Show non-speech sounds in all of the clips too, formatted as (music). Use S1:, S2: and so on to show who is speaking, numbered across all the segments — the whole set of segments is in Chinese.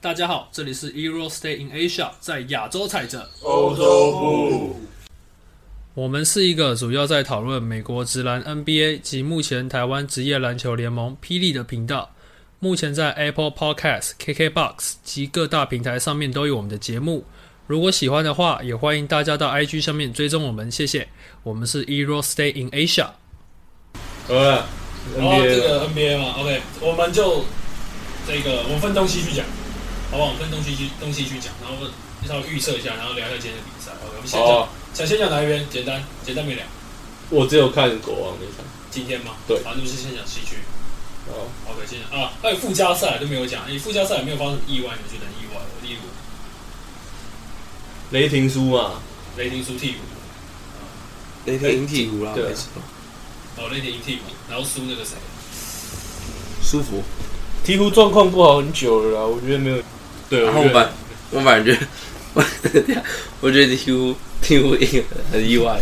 S1: 大家好，这里是 Euro Stay in Asia，在亚洲踩着。
S2: 欧洲部，
S1: 我们是一个主要在讨论美国职篮 NBA 及目前台湾职业篮球联盟霹雳的频道。目前在 Apple Podcast、KKBox 及各大平台上面都有我们的节目。如果喜欢的话，也欢迎大家到 IG 上面追踪我们，谢谢。我们是 Euro Stay in Asia。
S2: 呃
S3: 然后这
S2: ，NBA
S3: 个 NBA 嘛，OK，我们就这个我们分东西去讲，好不好？我们分东西去东西去讲，然后稍微预测一下，然后聊一下今天的比赛。OK，我们先
S4: 啊
S3: 讲，
S2: 哦，
S3: 想先讲哪一边？简单，简单明了。
S2: 我只有看国王那场。
S3: 今天嘛，
S2: 对
S3: 反正就是先讲西区。
S2: 哦，
S3: OK，先讲啊，还有附加赛都没有讲，你附加赛有没有发生什么意外？你觉得很意外？例如
S2: 雷霆输嘛，
S3: 雷霆输鹈鹕，
S4: 雷霆赢鹈鹕啦，
S2: 哎对啊
S4: 没错，
S3: 哦，雷霆赢鹈鹕，然后输那个谁？
S4: 舒服。
S2: 鹈鹕状况不好很久了啦，我觉得没有。对，
S4: 然后
S2: 我
S4: 我
S2: 觉得
S4: 反我反正觉得，我我觉得鹈鹕鹈鹕赢很意外。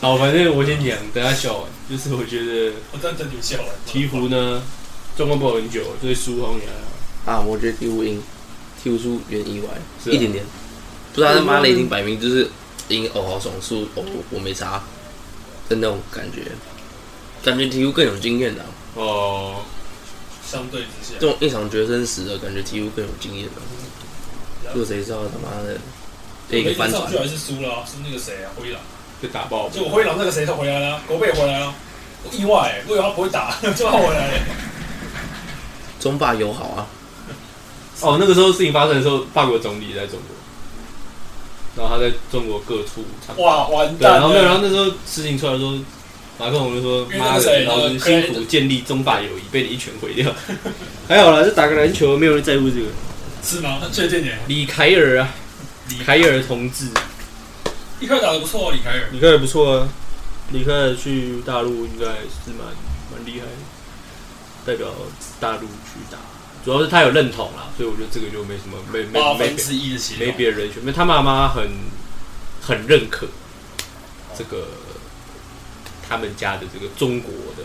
S2: 好，反正我先讲，等下笑完。就是我觉得
S3: 我哦真的你们笑了。
S2: 鹈鹕呢状况不好很久，所以输好像也还好。
S4: 啊，我觉得鹈鹕赢，鹈鹕输有点意外，
S2: 是啊
S4: 一点点。不知道他妈雷霆摆明就是赢哦好爽，输哦我没差的那种感觉，感觉鹈鹕更有经验的、啊，
S2: 哦，
S3: 相对之下
S4: 这，种一场决生死的感觉，鹈鹕更有经验的、啊。就谁知道他妈的被一个
S3: 雷
S4: 翻
S3: 霆上
S4: 船
S3: 去，还是输了、啊，输那个谁啊？灰狼。
S2: 被打爆。
S3: 就我灰狼那个谁他回来了，狗贝回来了，我意外、欸，我以为他不会打，就他回来了、
S4: 中法友好啊，
S2: 哦，那个时候事情发生的时候，法国总理也在中国，然后他在中国各处唱。
S3: 哇，完
S2: 对，
S3: 蛋
S2: 然后没有，然
S3: 了！
S2: 后那时候事情出来的时候，马克龙就说：“
S3: 因为
S2: 妈
S3: 那个
S2: 的，
S3: 谁
S2: 老子
S3: 那个
S2: 辛苦建立中法友谊，被你一拳毁掉。” (laughs) 还好啦，就打个篮球，没有人在乎这个。
S3: 是吗？确定耶，
S2: 李凯尔啊，
S3: 李
S2: 凯尔同志，
S3: 一开始打的不错哦，李凯尔。
S2: 李凯尔不错啊。李凯尔去大陆应该是蛮蛮厉害的，代表大陆去打，主要是他有认同啦，所以我觉得这个就没什么没没
S3: 八
S2: 没
S3: 分之一的协
S2: 没
S3: 调，
S2: 别人选，因为他妈妈很很认可这个他们家的这个中国的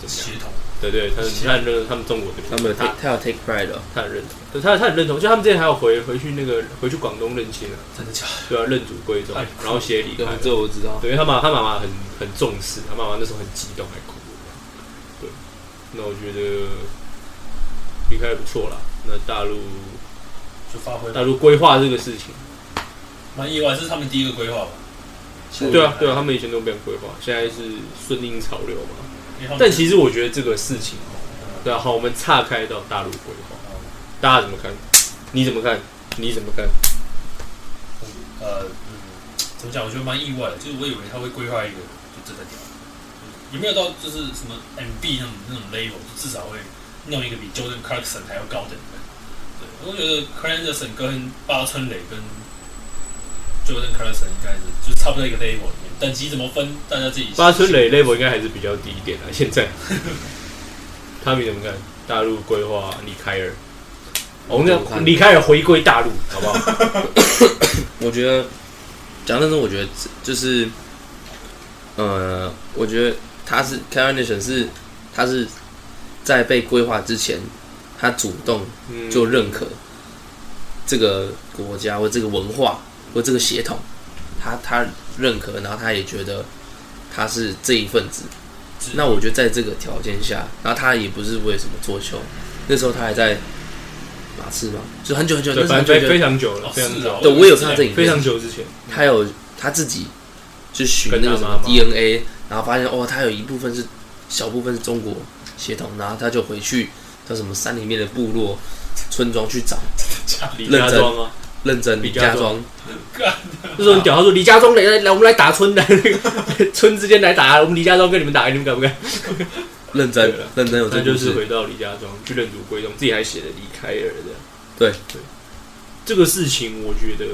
S2: 怎么样？
S3: 协同，
S2: 对对，他他很认同他们中国的，
S4: 他们有 take
S2: 他
S4: 他有 take pride 哦，
S2: 他很认同，对他他很认同，就他们之前还有回回去那个回去广东认亲啊，
S3: 真的假的？
S2: 对啊，认祖归宗
S3: 太酷，了
S2: 然后协理
S4: 哎对
S2: 开，
S4: 这我知道。
S2: 对，因为他妈他妈妈很很重视，他妈妈那时候很激动还哭，对，那我觉得离开得不错啦，那大陆
S3: 就发挥
S2: 大陆规划这个事情。
S3: 蛮意外，这是他们第一个规划吧？
S2: 对啊，对啊，他们以前都没有规划，现在是顺应潮流嘛。
S3: 因为他们
S2: 但其实我觉得这个事情，对啊，好，我们岔开到大陆规划，大家怎么看？你怎么看？你怎么看？
S3: 呃嗯，怎么讲？我觉得蛮意外的，就是我以为他会规划一个就真的屌，嗯也没有到就是什么 MB 那种那种 level，就至少会弄一个比 Jordan Clarkson 还要高的人。对，我觉得 Clarkson 跟八村垒跟 Jordan Clarkson 应该是就是差不多一个 level 里面，等级怎么分，大家自己
S2: 八村垒 level 应该还是比较低一点啊，现 (laughs) 在。汤米怎么看？大陆规划李凯尔，哦我们
S4: 怎么
S2: 要
S4: 看
S2: 李凯尔回归大陆，好不好？ (laughs)
S4: 我觉得讲认真，我觉得就是，呃，我觉得他是 k a r e n a t i o n 是他是在被规划之前，他主动
S2: 嗯
S4: 就认可这个国家或这个文化或这个血统，他他认可，然后他也觉得他是这一份子。
S3: 是
S4: 那我觉得在这个条件下，然后他也不是为什么作秀，那时候他还在马刺嘛，就很久很久，那
S2: 对，
S4: 时候
S2: 反
S4: 很久
S2: 正
S4: 很久
S2: 非常久了，
S3: 哦
S2: 非常
S3: 是啊
S2: 久，
S4: 对，我有看到这影片，
S2: 非常久之前，
S4: 他有他自己去寻那个
S2: 跟
S4: 什
S2: 他
S4: 么
S2: 妈妈
S4: DNA，然后发现哦，他有一部分是小部分是中国血统，然后他就回去叫什么山里面的部落村庄去找，
S2: 李家庄啊，
S4: 认真
S2: 李家
S4: 家
S2: 庄
S4: 庄，
S2: 那时候很屌，他说李家庄来来来，我们来打村的，村之间来打，我们李家庄跟你们打，你们敢不敢？
S4: 认真
S2: 对了啊
S4: 认真有
S2: 那
S4: 这
S2: 就
S4: 故
S2: 是
S4: 事，
S2: 回到李家庄去认祖归宗，自己还写了李开尔的。
S4: 对
S2: 对，这个事情我觉得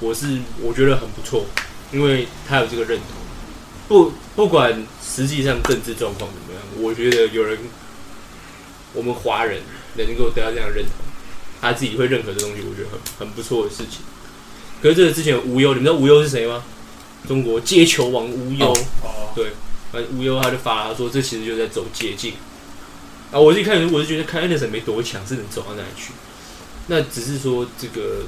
S2: 我是我觉得很不错，因为他有这个认同。不不管实际上政治状况怎么样，我觉得有人我们华人能够得到这样的认同，他自己会认可这东西，我觉得很很不错的事情。可是这个之前有无忧，你们知道无忧是谁吗？中国接球王无忧。
S4: 哦
S3: 哦，
S2: 呃对，反正无忧他就发了，他说这其实就是在走捷径，啊，我自己看，我是觉得看 Anderson 没多强，是能走到哪里去。那只是说，这个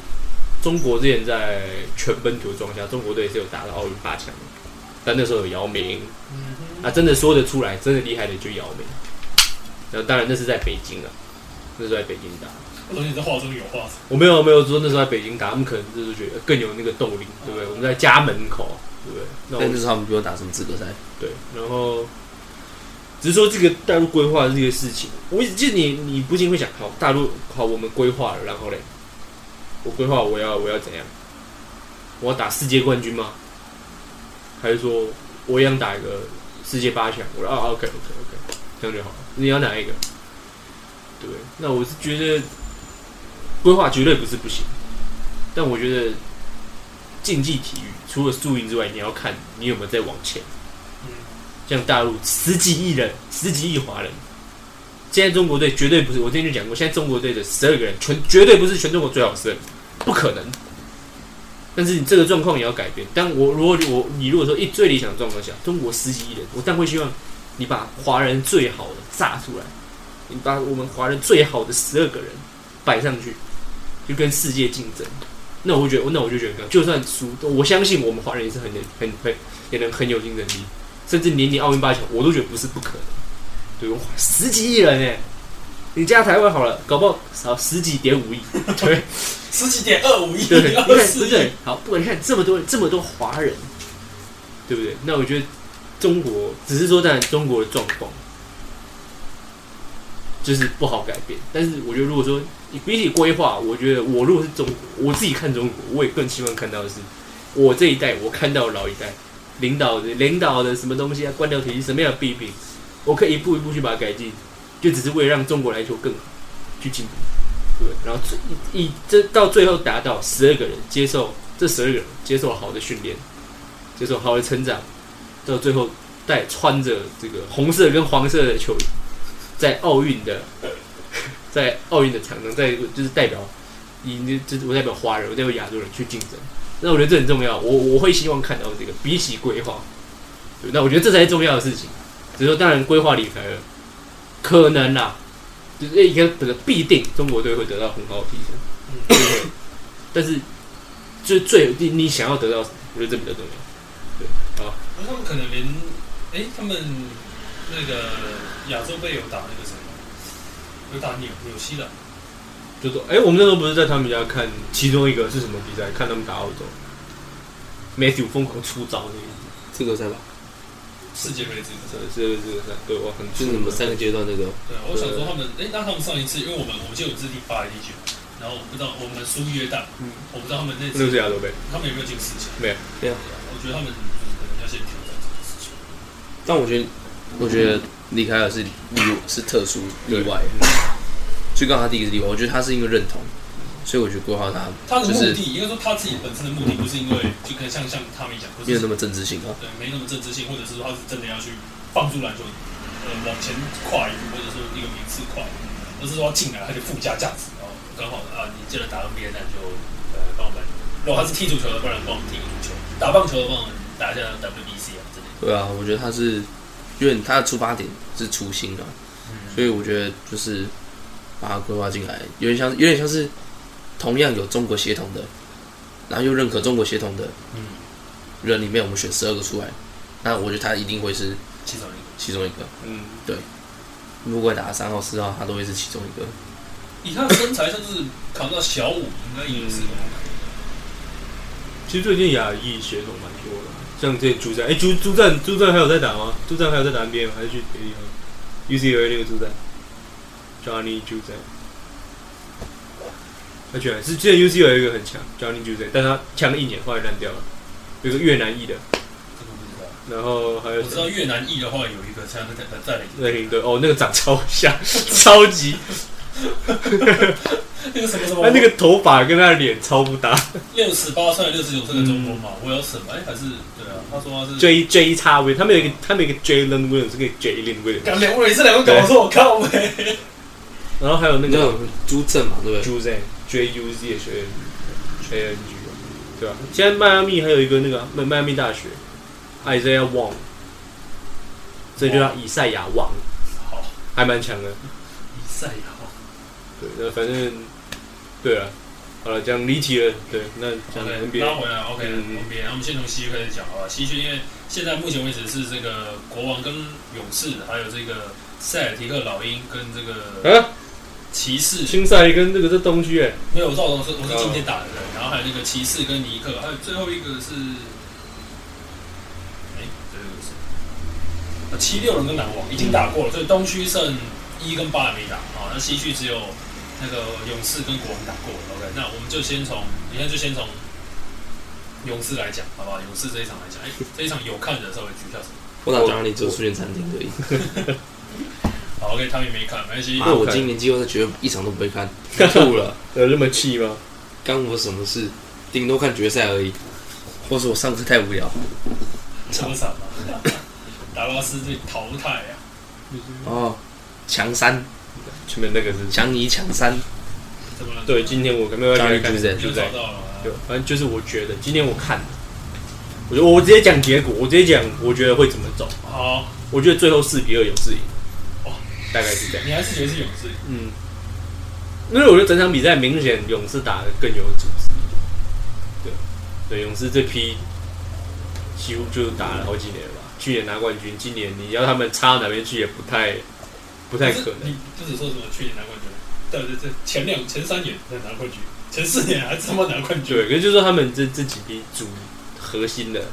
S2: 中国之前在全本土的状况下，中国队是有打到奥运八强的，但那时候有姚明
S3: 嗯哼，
S2: 啊，真的说得出来，真的厉害的就姚明。那当然那是在北京啊，那是在北京打。
S3: 我说你这话中有话，
S2: 我没有没有说那时候在北京打，他们可能就是觉得更有那个动力，对不对？我们在家门口，对不对？那我
S4: 但就是他们不用打什么资格赛，
S2: 对，然后只是说这个大陆规划的这个事情，我一直记得你，你不仅会讲好大陆好，我们规划了，然后嘞，我规划我要我要怎样？我要打世界冠军吗？还是说我想打一个世界八强？我说啊，OK OK OK，这样就好了。你要哪一个？对，那我是觉得规划绝对不是不行，但我觉得竞技体育除了输赢之外，你要看你有没有在往前。
S3: 嗯，
S2: 像大陆十几亿人、十几亿华人，现在中国队绝对不是，我之前就讲过，现在中国队的十二个人全绝对不是全中国最好十二，不可能。但是你这个状况也要改变。但我如果我你如果说一最理想的状况下，中国十几亿人，我但会希望你把华人最好的炸出来，你把我们华人最好的十二个人摆上去，就跟世界竞争。那我会觉得，那我就觉得很高，就算输，我相信我们华人也是很能、很很也能很有竞争力。甚至年年奥运八强，我都觉得不是不可能。对，哇，十几亿人哎，你加台湾好了，搞不好少十几点五亿，对
S3: 十几点二五亿，
S2: 对不对？你
S3: 二
S2: 看，
S3: 四 (laughs)
S2: 对不
S3: 亿
S2: 对，？好，不管你看这么多这么多华人，对不对？那我觉得中国只是说，当然中国的状况就是不好改变，但是我觉得如果说你比起规划，我觉得我如果是中国，我自己看中国，我也更希望看到的是我这一代，我看到老一代领导的领导的什么东西啊，官僚体系什么样的弊病，我可以一步一步去把它改进，就只是为了让中国篮球更好，去进步，对不对，然后最以以这到最后达到十二个人接受这十二个人接受好的训练，接受好的成长，到最后带穿着这个红色跟黄色的球衣，在奥运的 (laughs) 在奥运的场上，在就是代表以就是我代表华人，我代表亚洲人去竞争。那我觉得这很重要，我我会希望看到这个，比起规划，对，那我觉得这才是重要的事情。只是说，当然规划理财了，可能啦，就是应该不是必定中国队会得到很好的提升，
S3: 嗯
S2: 对不对但是最最你你想要得到什么，我觉得这比较重要。
S3: 然后他们可能连，哎、他们那个亚洲杯有打那个什么，有打纽纽西兰，
S2: 就说，哎、我们那时候不是在他们家看其中一个是什么比赛？看他们打澳洲，Matthew 疯狂出招那
S4: 资格赛吧，
S3: 世界杯这个。
S2: 个，这个这个赛，对我很
S4: 就是什么三个阶段那个，
S3: 对，我想说他们，哎、那他们上一次，因为我们我们记得我们是第八还是第九，然后我不知道我们输约旦，
S2: 嗯
S3: 我不知道他们那
S2: 那
S3: 次
S2: 个是亚洲杯，
S3: 他们有没有进四强，
S2: 没有
S4: 没有
S3: 对啊我觉得他们就是可能要先挑战这件事情。
S4: 但我觉得，我觉得李凯尔是例是特殊例外，就刚好他第一个是例外，我觉得他是因为认同，所以我觉得规划他
S3: 他的
S4: 就
S3: 目
S4: 是
S3: 的，应该说他自己本身的目的，不是因为就可能像像他们讲，不
S4: 没有
S3: 是
S4: 那么政治性啊。
S3: 对没那么政治性，或者是说他是真的要去放出篮球，呃，往前跨一步，或者说一个名次跨一步，而是说他进来他就附加价值，然后刚好啊，你既然打 NBA，那你就呃帮我们，如果他是踢足球的，不然帮我们踢足球；打棒球的，帮我们打一下 WBC 啊之类的。
S4: 对啊，我觉得他是，因为他的出发点是初心啊，所以我觉得就是把它规划进来，有点像，有点像是同样有中国血统的，然后又认可中国血统的
S3: 嗯，
S4: 人里面，我们选十二个出来，那我觉得他一定会是
S3: 其中一个，
S4: 其中一个。
S2: 嗯，
S4: 如果打三号、四号，他都会是其中一个。
S3: 以他的身材，甚至扛到小五，应该也是 OK 的。
S2: 其实最近亚裔血统蛮多的，像这朱战，哎、朱朱战朱战还有在打吗？朱战还有在打 NBA 吗？还是去别的地方？UCLA 那个朱战，Johnny 朱战，他居然是之前 UCLA 有一个很强 Johnny 朱战，但他强了一年，后来烂掉了。有个越南裔的，
S3: 这个不知道。
S2: 然后还有
S3: 我知道越南裔的话有一个，像那个呃在在
S2: 那领队哦，那个长超像， (laughs) 超级，
S3: 那个什么什么，
S2: 哎他那个头发跟他的脸超不搭。
S3: 六十八岁、六十九岁的中国嘛，我有什么？哎，还是对啊，他说他是
S2: J J 叉 V，他们有一个他们有一个 Jalen Williams 跟 Jalen Williams，
S3: 两位是两个搞错，我靠呗。
S2: 然后还有那
S4: 那
S2: 个
S4: 种朱正嘛，对不对？
S2: j u z a n J U Z H N J N G，对吧、啊现在迈阿密还有一个那个迈迈阿密大学 Isaiah Wong，所以就叫以赛亚王。
S3: 好，
S2: 还蛮强的。
S3: 比赛也好，
S2: 对，那反正对啊，好了，讲离题了。对，那讲
S3: OK，拉
S2: NBA，
S3: 回来
S2: 嗯
S3: OK，NBA，那我们先从西区开始讲好了。西区因为现在目前为止是这个国王跟勇士，还有这个塞尔提克老鹰跟这个
S2: 啊，
S3: 骑士，
S2: 青赛跟这个是东区哎、
S3: 没有，我知道我是我是今天打的，对然后还有那个骑士跟尼克，还有最后一个是，哎，最后一个是啊七六人跟篮网已经打过了，所以东区剩一跟八还没打啊，那西区只有那个勇士跟国王打过了。OK，那我们就先从，你看就先从勇士来讲，好不好？勇士这一场来讲，哎，这一场有看的稍微举一下手。
S4: 我打讲你只有出现餐厅而已。
S3: 好，OK，他们也没看，没关系
S4: 妈，。啊我今年季后赛绝对一场都不会看，吐了，
S2: (laughs) 有那么气吗？
S4: 干我什么事？顶多看决赛而已，或是我上课太无聊。
S3: 超惨啊！ (laughs) 达拉斯被淘汰啊！
S4: 哦，强三，
S2: 前面那个是
S4: 强一，强三，
S3: 怎么了？
S2: 对，今天我可没有要给你看
S4: Johnny Tuesday
S2: 就
S3: 就找
S2: 在
S3: 到了啊。
S2: 对，反正就是我觉得今天我看，我就我直接讲结果，我直接讲我觉得会怎么走，
S3: 好，
S2: 我觉得最后四比二勇士赢，
S3: 哦
S2: 大概是这样。
S3: 你还是觉得是勇士？
S2: 嗯，因为我觉得整场比赛明显勇士打的更有组织一点。对，对，勇士这批几乎就打了好几年了吧？去年拿冠军，今年你要他们差到哪边去也不太不太可
S3: 不是
S2: 能。
S3: 你不止说什么去年拿冠军，对对对，前两前三年才拿冠军，前四年还他妈拿冠军。
S2: 对，可是就是说他们这这几批主核心的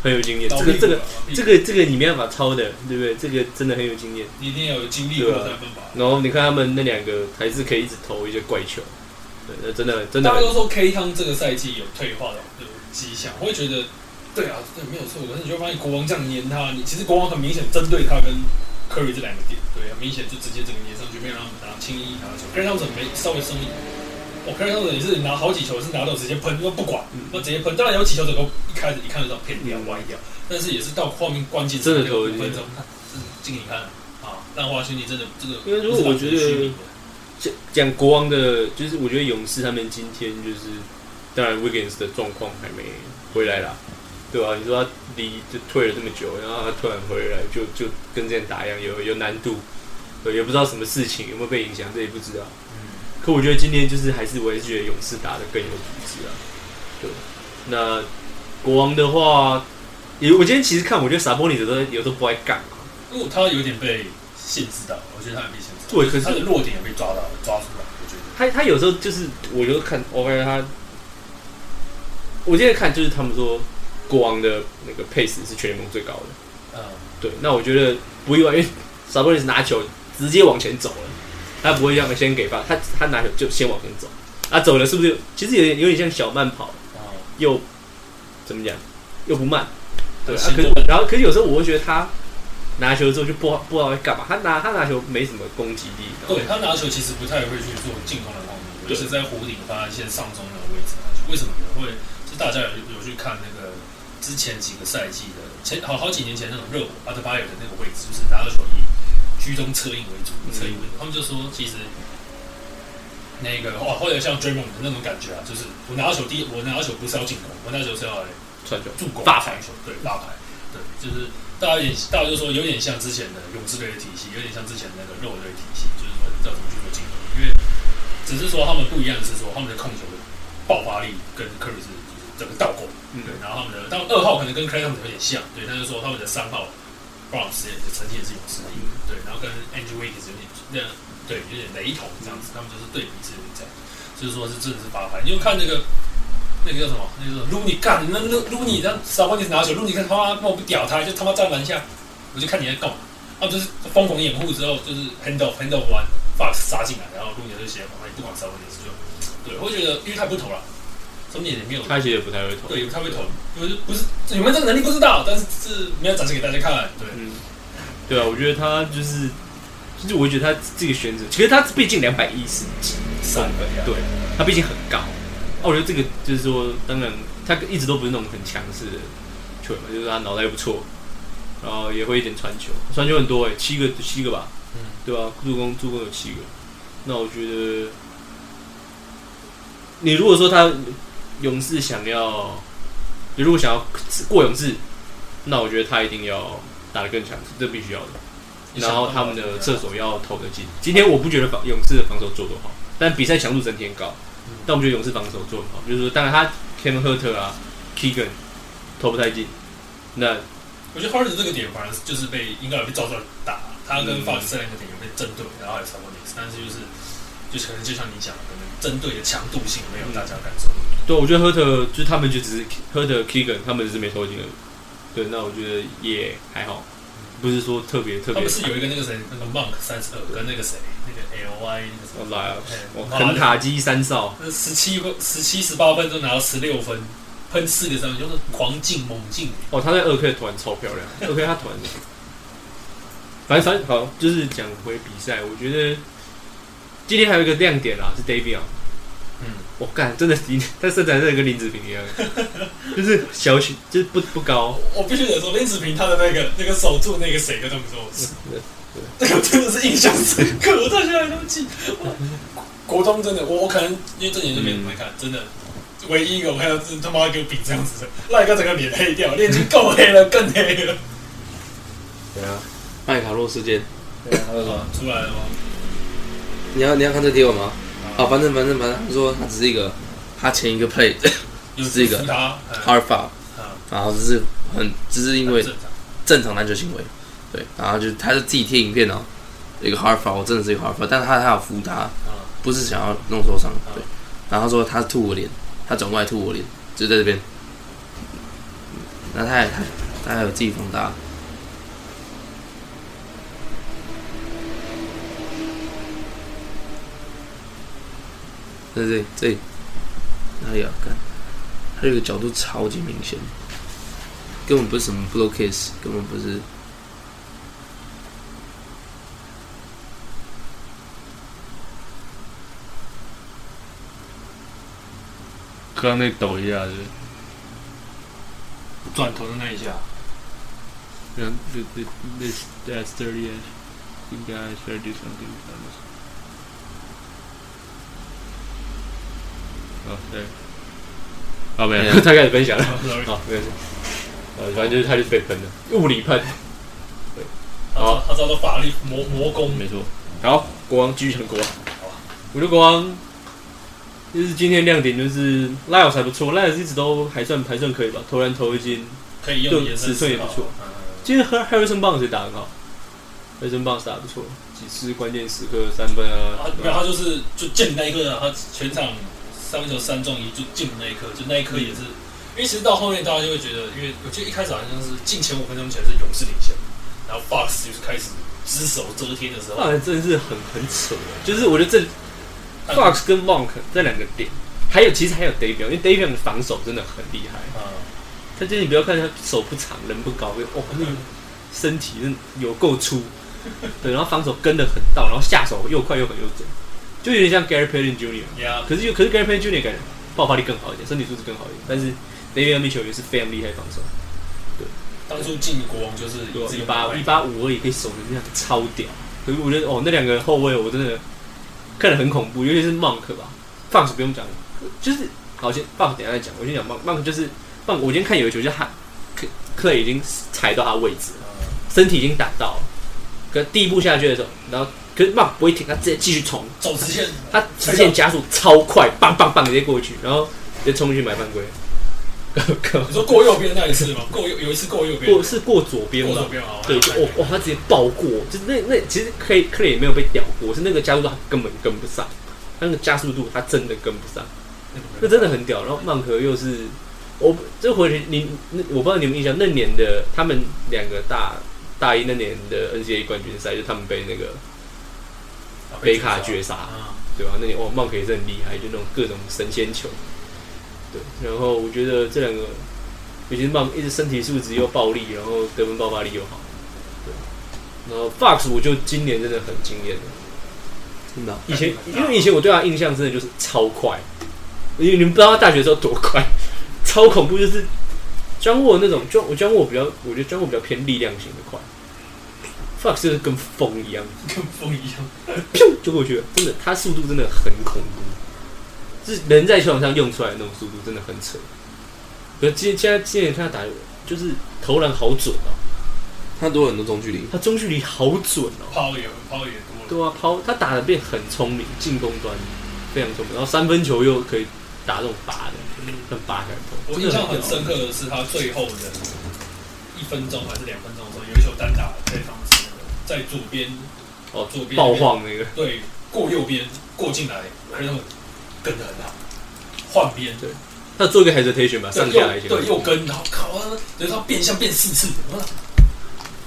S2: 很有经验，
S3: 倒
S2: 这
S3: 闭
S2: 个
S3: 了
S2: 这个
S3: 倒闭
S2: 这个这个你没办法抄的，对不对？这个真的很有经验。
S3: 你一定要有经历过
S2: 啊
S3: 才有办法。
S2: 然后你看他们那两个还是可以一直投一些怪球，对，那真的真的
S3: 大家
S2: 很
S3: 都说 K 汤这个赛季有退化的有迹象，我会觉得，对啊，对，没有错。可是你就会发现国王这样黏他，你其实国王很明显针对他跟 Curry 这两个点，对，啊很明显就直接整个黏上去，没有让他们打轻易拿
S2: 啊
S3: 球。Curry 他们没稍微松一点，我 Curry 他们也是拿好几球是拿到直接喷，都不管，那直接喷。当然有几球整个一开始一看得到偏掉歪掉，但是也是到后面关键时刻
S2: 真的投
S3: 五
S2: 进去
S3: 分钟，真的进你看啊，浪花兄弟真的这个，
S2: 因为如果我觉得讲讲国王的，就是我觉得勇士他们今天就是，当然 Wiggins 的状况还没回来啦，对吧、你说他离就退了这么久，然后他突然回来，就就跟之前打一样，有有难度，对，也不知道什么事情有没有被影响，这也不知道。可我觉得今天就是还是我还是觉得勇士打的更有组织啊，对。那国王的话，也我今天其实看，我觉得萨波尼的都有时候不爱干嘛，
S3: 因为他有点被限制到，我觉得他有被限制到，
S2: 对可是
S3: 他的弱点也被抓到，抓出来，我觉得。
S2: 他他有时候就是，我就看，我感觉他，我今天看就是他们说国王的那个 pace 是全联盟最高的，
S3: 嗯，
S2: 对，那我觉得不意外，因为 s a b o n i 拿球直接往前走了，他不会让先给发，他他拿球就先往前走，啊走了是不是有？其实有点有点像小慢跑，
S3: 然后
S2: 又怎么讲，又不慢，对啊，
S3: 行
S2: 可
S3: 动
S2: 是然后可是有时候我会觉得他拿球之后就不知道不知道在干嘛，他拿他拿球没什么攻击力，然后
S3: 对他拿球其实不太会去做进攻的动作，尤
S2: 对
S3: 其是在弧顶发现上中的位置拿球。为什么呢？会就大家有有去看那个之前几个赛季的前好好几年前那种热火阿德巴约的那个位置，就是拿到球以居中策应为主，
S2: 嗯
S3: 策应为主。他们就说其实。那个哇，或者像 d r a y m o n 的那种感觉啊，就是我拿到球第一，我拿到球不是要进攻，我拿到球是要来
S2: 传球，
S3: 助攻
S2: 大牌
S3: 球，对大牌，对，就是大家有点，大家就说有点像之前的勇士队的体系，有点像之前的那个肉队体系，就是说要怎么去做进攻，因为只是说他们不一样的是说他们的控球的爆发力跟科里是就是整个倒过，
S2: 嗯
S3: 对，然后他们的，当然二号可能跟 Clay 他们有点像，对，但是说他们的三号 Bronx 也成绩也是勇士的一
S2: 嗯
S3: 个，对，然后跟 Andrew Wiggins 有点那对有点雷同这样子，他们就是对比是有点这样，就是说是真的是发牌，你就看那个。那个叫什么？那个卢尼干，那那卢尼，那傻瓜，你拿球，卢尼看他妈，我不屌他，就他妈站篮下，我就看你在干嘛。他们就是疯狂掩护之后，就是 hand off hand off 完，Fox 杀进来，然后卢尼就先往那里哎不管傻瓜也是就，对，我会觉得，因为他不投了，中点也没有
S2: 他其实也不太会投，
S3: 对，他会投，不是不是有没有这个能力不知道，但是是没有展示给大家看。对，
S2: 嗯，对啊，我觉得他就是，其实我觉得他这个选择，其实他毕竟两百一十几，
S3: 三个呀，
S2: 对他毕竟很高。啊，我觉得这个就是说，当然他一直都不是那种很强势的球员嘛，就是他脑袋不错，然后也会一点传球，传球很多哎、七个七个吧，
S3: 嗯
S2: 对吧、助攻助攻有七个，那我觉得，你如果说他勇士想要，你如果想要过勇士，那我觉得他一定要打得更强，这必须要的。然后他们的射手要投得进。今天我不觉得防勇士的防守做多好，但比赛强度整体很高。但我觉得勇士防守做得很好，就是说，当然他 Kevin Herter 啊，Keegan 投不太进，那
S3: 我觉得 Harden 这个点反而就是被应该有被照出来打，他跟
S2: 嗯
S3: Fox 这两个点有被针对，然后还有 Sabonis，但是就是就是可能就像你讲，的，可能针对的强度性没有大家感受。
S2: 对我觉得 Herter 就是他们就只是 Herter Keegan 他们只是没投进而已。对，那我觉得也还好，不是说特别特
S3: 他
S2: 别
S3: 们。是有一个那个谁，那个 Monk 三十二跟那个谁，那个 L Y 那个什
S2: 我
S3: 么，
S2: 来啊，
S3: 哎
S2: 我
S3: 哇
S2: 肯塔基三少，
S3: 那十七十七十八分都拿到十六分，喷四个三分，就是狂进猛进。
S2: 哦，他在二 K 团超漂亮，二 K 他团的，反正反正好，就是讲回比赛，我觉得今天还有一个亮点啊啦，是 Davion，
S3: 嗯，
S2: 我干，真的林，他身材真的跟林子平一 (laughs) 样，就是小小，就是不不高，
S3: 我必须得说，林子平他的那个那个守住那个谁跟他们说，那个真的是印象深刻，我到现在都记。我国中真的，我我可能因为这年就没怎么看，真的。唯一一个我看到是他妈给我比这样子的，赖哥整个脸黑掉，脸已经够黑了，更黑了。
S4: 对啊，麦卡洛事件，
S2: 对啊，
S3: 啊，出来了吗？
S4: 你要你要看这贴文吗？啊，反正反正反正，他说他只是一个，他前一个 (coughs) play
S3: 有
S4: 是一个
S3: 扶他，嗯
S4: a l p h
S3: 嗯
S4: 然后就是很，就是因为
S3: 很正常
S4: 正常篮球行为，对，然后就他就自己贴影片哦，有一个 hard foul，我真的是一个 hard foul，但是他他有扶他，
S3: 嗯
S4: 不是想要弄受伤，
S3: 嗯
S4: 对，然后他说他吐我脸，他转过来吐我脸，就在这边，那他也他他还有自己放大，在这里这里哪里啊？看，他这个角度超级明显，根本不是什么 blow kiss，根本不是。
S2: 刚刚那抖一下，
S3: 转头的那一下，
S2: 就就 this that's dirty edge, you guys better do something about this. Oh, there. 好，没
S4: 没有
S2: 有，他开始分享了。
S3: 不知道为什么
S2: 好，没有。呃，反正就是他就是被喷的，物理喷，
S3: 他
S2: 好
S3: 他叫做法力魔魔功，
S2: 没错。好，国王继续成国王。我觉得国王就是今天亮点就是 l i l e 还不错 l i l e 一直都还算还算可以吧，投篮投一进，
S3: 可以用
S2: 就
S3: 延伸
S2: 尺寸也
S3: 思考
S2: 不错
S3: 嗯
S2: 今天和 Harrison Barnes 也打得很好，Harrison Barnes 打得不错，几次关键时刻三分啊
S3: 他，没有，他就是就进那一刻啊，他全场三分球三中一就进那一刻，就那一刻也是，因为其实到后面大家就会觉得，因为我记得一开始好像是进前五分钟前是勇士领先，然后 Fox 就是开始只手遮天的时候
S2: 那人啊真的是很很扯，啊就是我觉得这
S3: 但
S2: Fox 跟 Monk 这两个点，还有其实还有 Davion，因为 Davion 的防守真的很厉害，
S3: 啊，
S2: 他就是你不要看他手不长，人不高，哦，那个身体真的有够粗，对，然后防守跟的很到，然后下手又快又狠又准，就有点像 Gary Payton Jr.，
S3: 呀，
S2: 可是又可是 Gary Payton Jr. 感觉爆发力更好一点，身体素质更好一点，但是 Davion Mitchell 也是非常厉害防守。
S3: 当初进国王就是
S2: 一
S3: 一
S2: 八一八五而已，可以守成这样，超屌。可是我觉得哦，那两个后卫我真的看得很恐怖，尤其是 Monk 吧，Fox 不用讲，就是好先 Fox 等一下再讲，我先讲 Monk Monk 就是 Monk，我今天看有一球就是他 Clay 已经踩到他位置了，身体已经打到了，可是第一步下去的时候，然后可是 Monk 不会停，他直接继续冲，
S3: 走直线，
S2: 他直线加速超快，棒棒棒直接过去，然后直接冲进去买犯规。 (laughs)
S3: 你说过右边那一次吗？过右有一次过右边，
S2: 过是过左边
S3: 过
S2: 吧
S3: 左？边啊，
S2: 对，就哇哇，他直接爆过，就是那那其实 Clay Clay 也没有被屌过，是那个加速度他根本跟不上，他那个加速度他真的跟不上，那真的很屌。然后曼克又是，我这回去你那我不知道你们印象，那年的他们两个大大一那年的 NCAA 冠军赛，就他们被那个北卡绝杀，
S3: 啊，
S2: 对吧、那你哦，曼可也是很厉害，就那种各种神仙球。对，然后我觉得这两个，尤其是曼一直身体素质又暴力，然后得分爆发力又好。对，然后 Fox 我就今年真的很惊艳了。
S4: 真的啊、
S2: 以前因为以前我对他的印象真的就是超快，因为你们不知道他大学的时候多快，超恐怖，就是庄沃那种庄我庄沃比较，我觉得庄沃比较偏力量型的快，Fox 就是跟风一样。
S3: 跟风一样。
S2: 咻就过去了，真的，他速度真的很恐怖，就是人在球场上用出来的那种速度，真的很扯。可是今现在今年看他打，就是投篮好准啊，
S4: 他多了很多中距离，
S2: 他中距离好准哦。
S3: 抛也抛也多了，
S2: 对啊，抛他打的变很聪明，进攻端非常聪明，然后三分球又可以打这种拔的，很拔感头。
S3: 我
S2: 真
S3: 印
S2: 的
S3: 象很深刻的是他最后的一分钟还是两分钟的时候，有一球单打在防守，在左边
S2: 哦，
S3: 左边
S2: 爆晃那个，
S3: 对过右边过进来，而且跟的很好，换边
S2: 他做一个 hesitation 吧，上
S3: 对
S2: 啊下来一些，
S3: 右对右跟，然后靠，等于说变向变四次，然后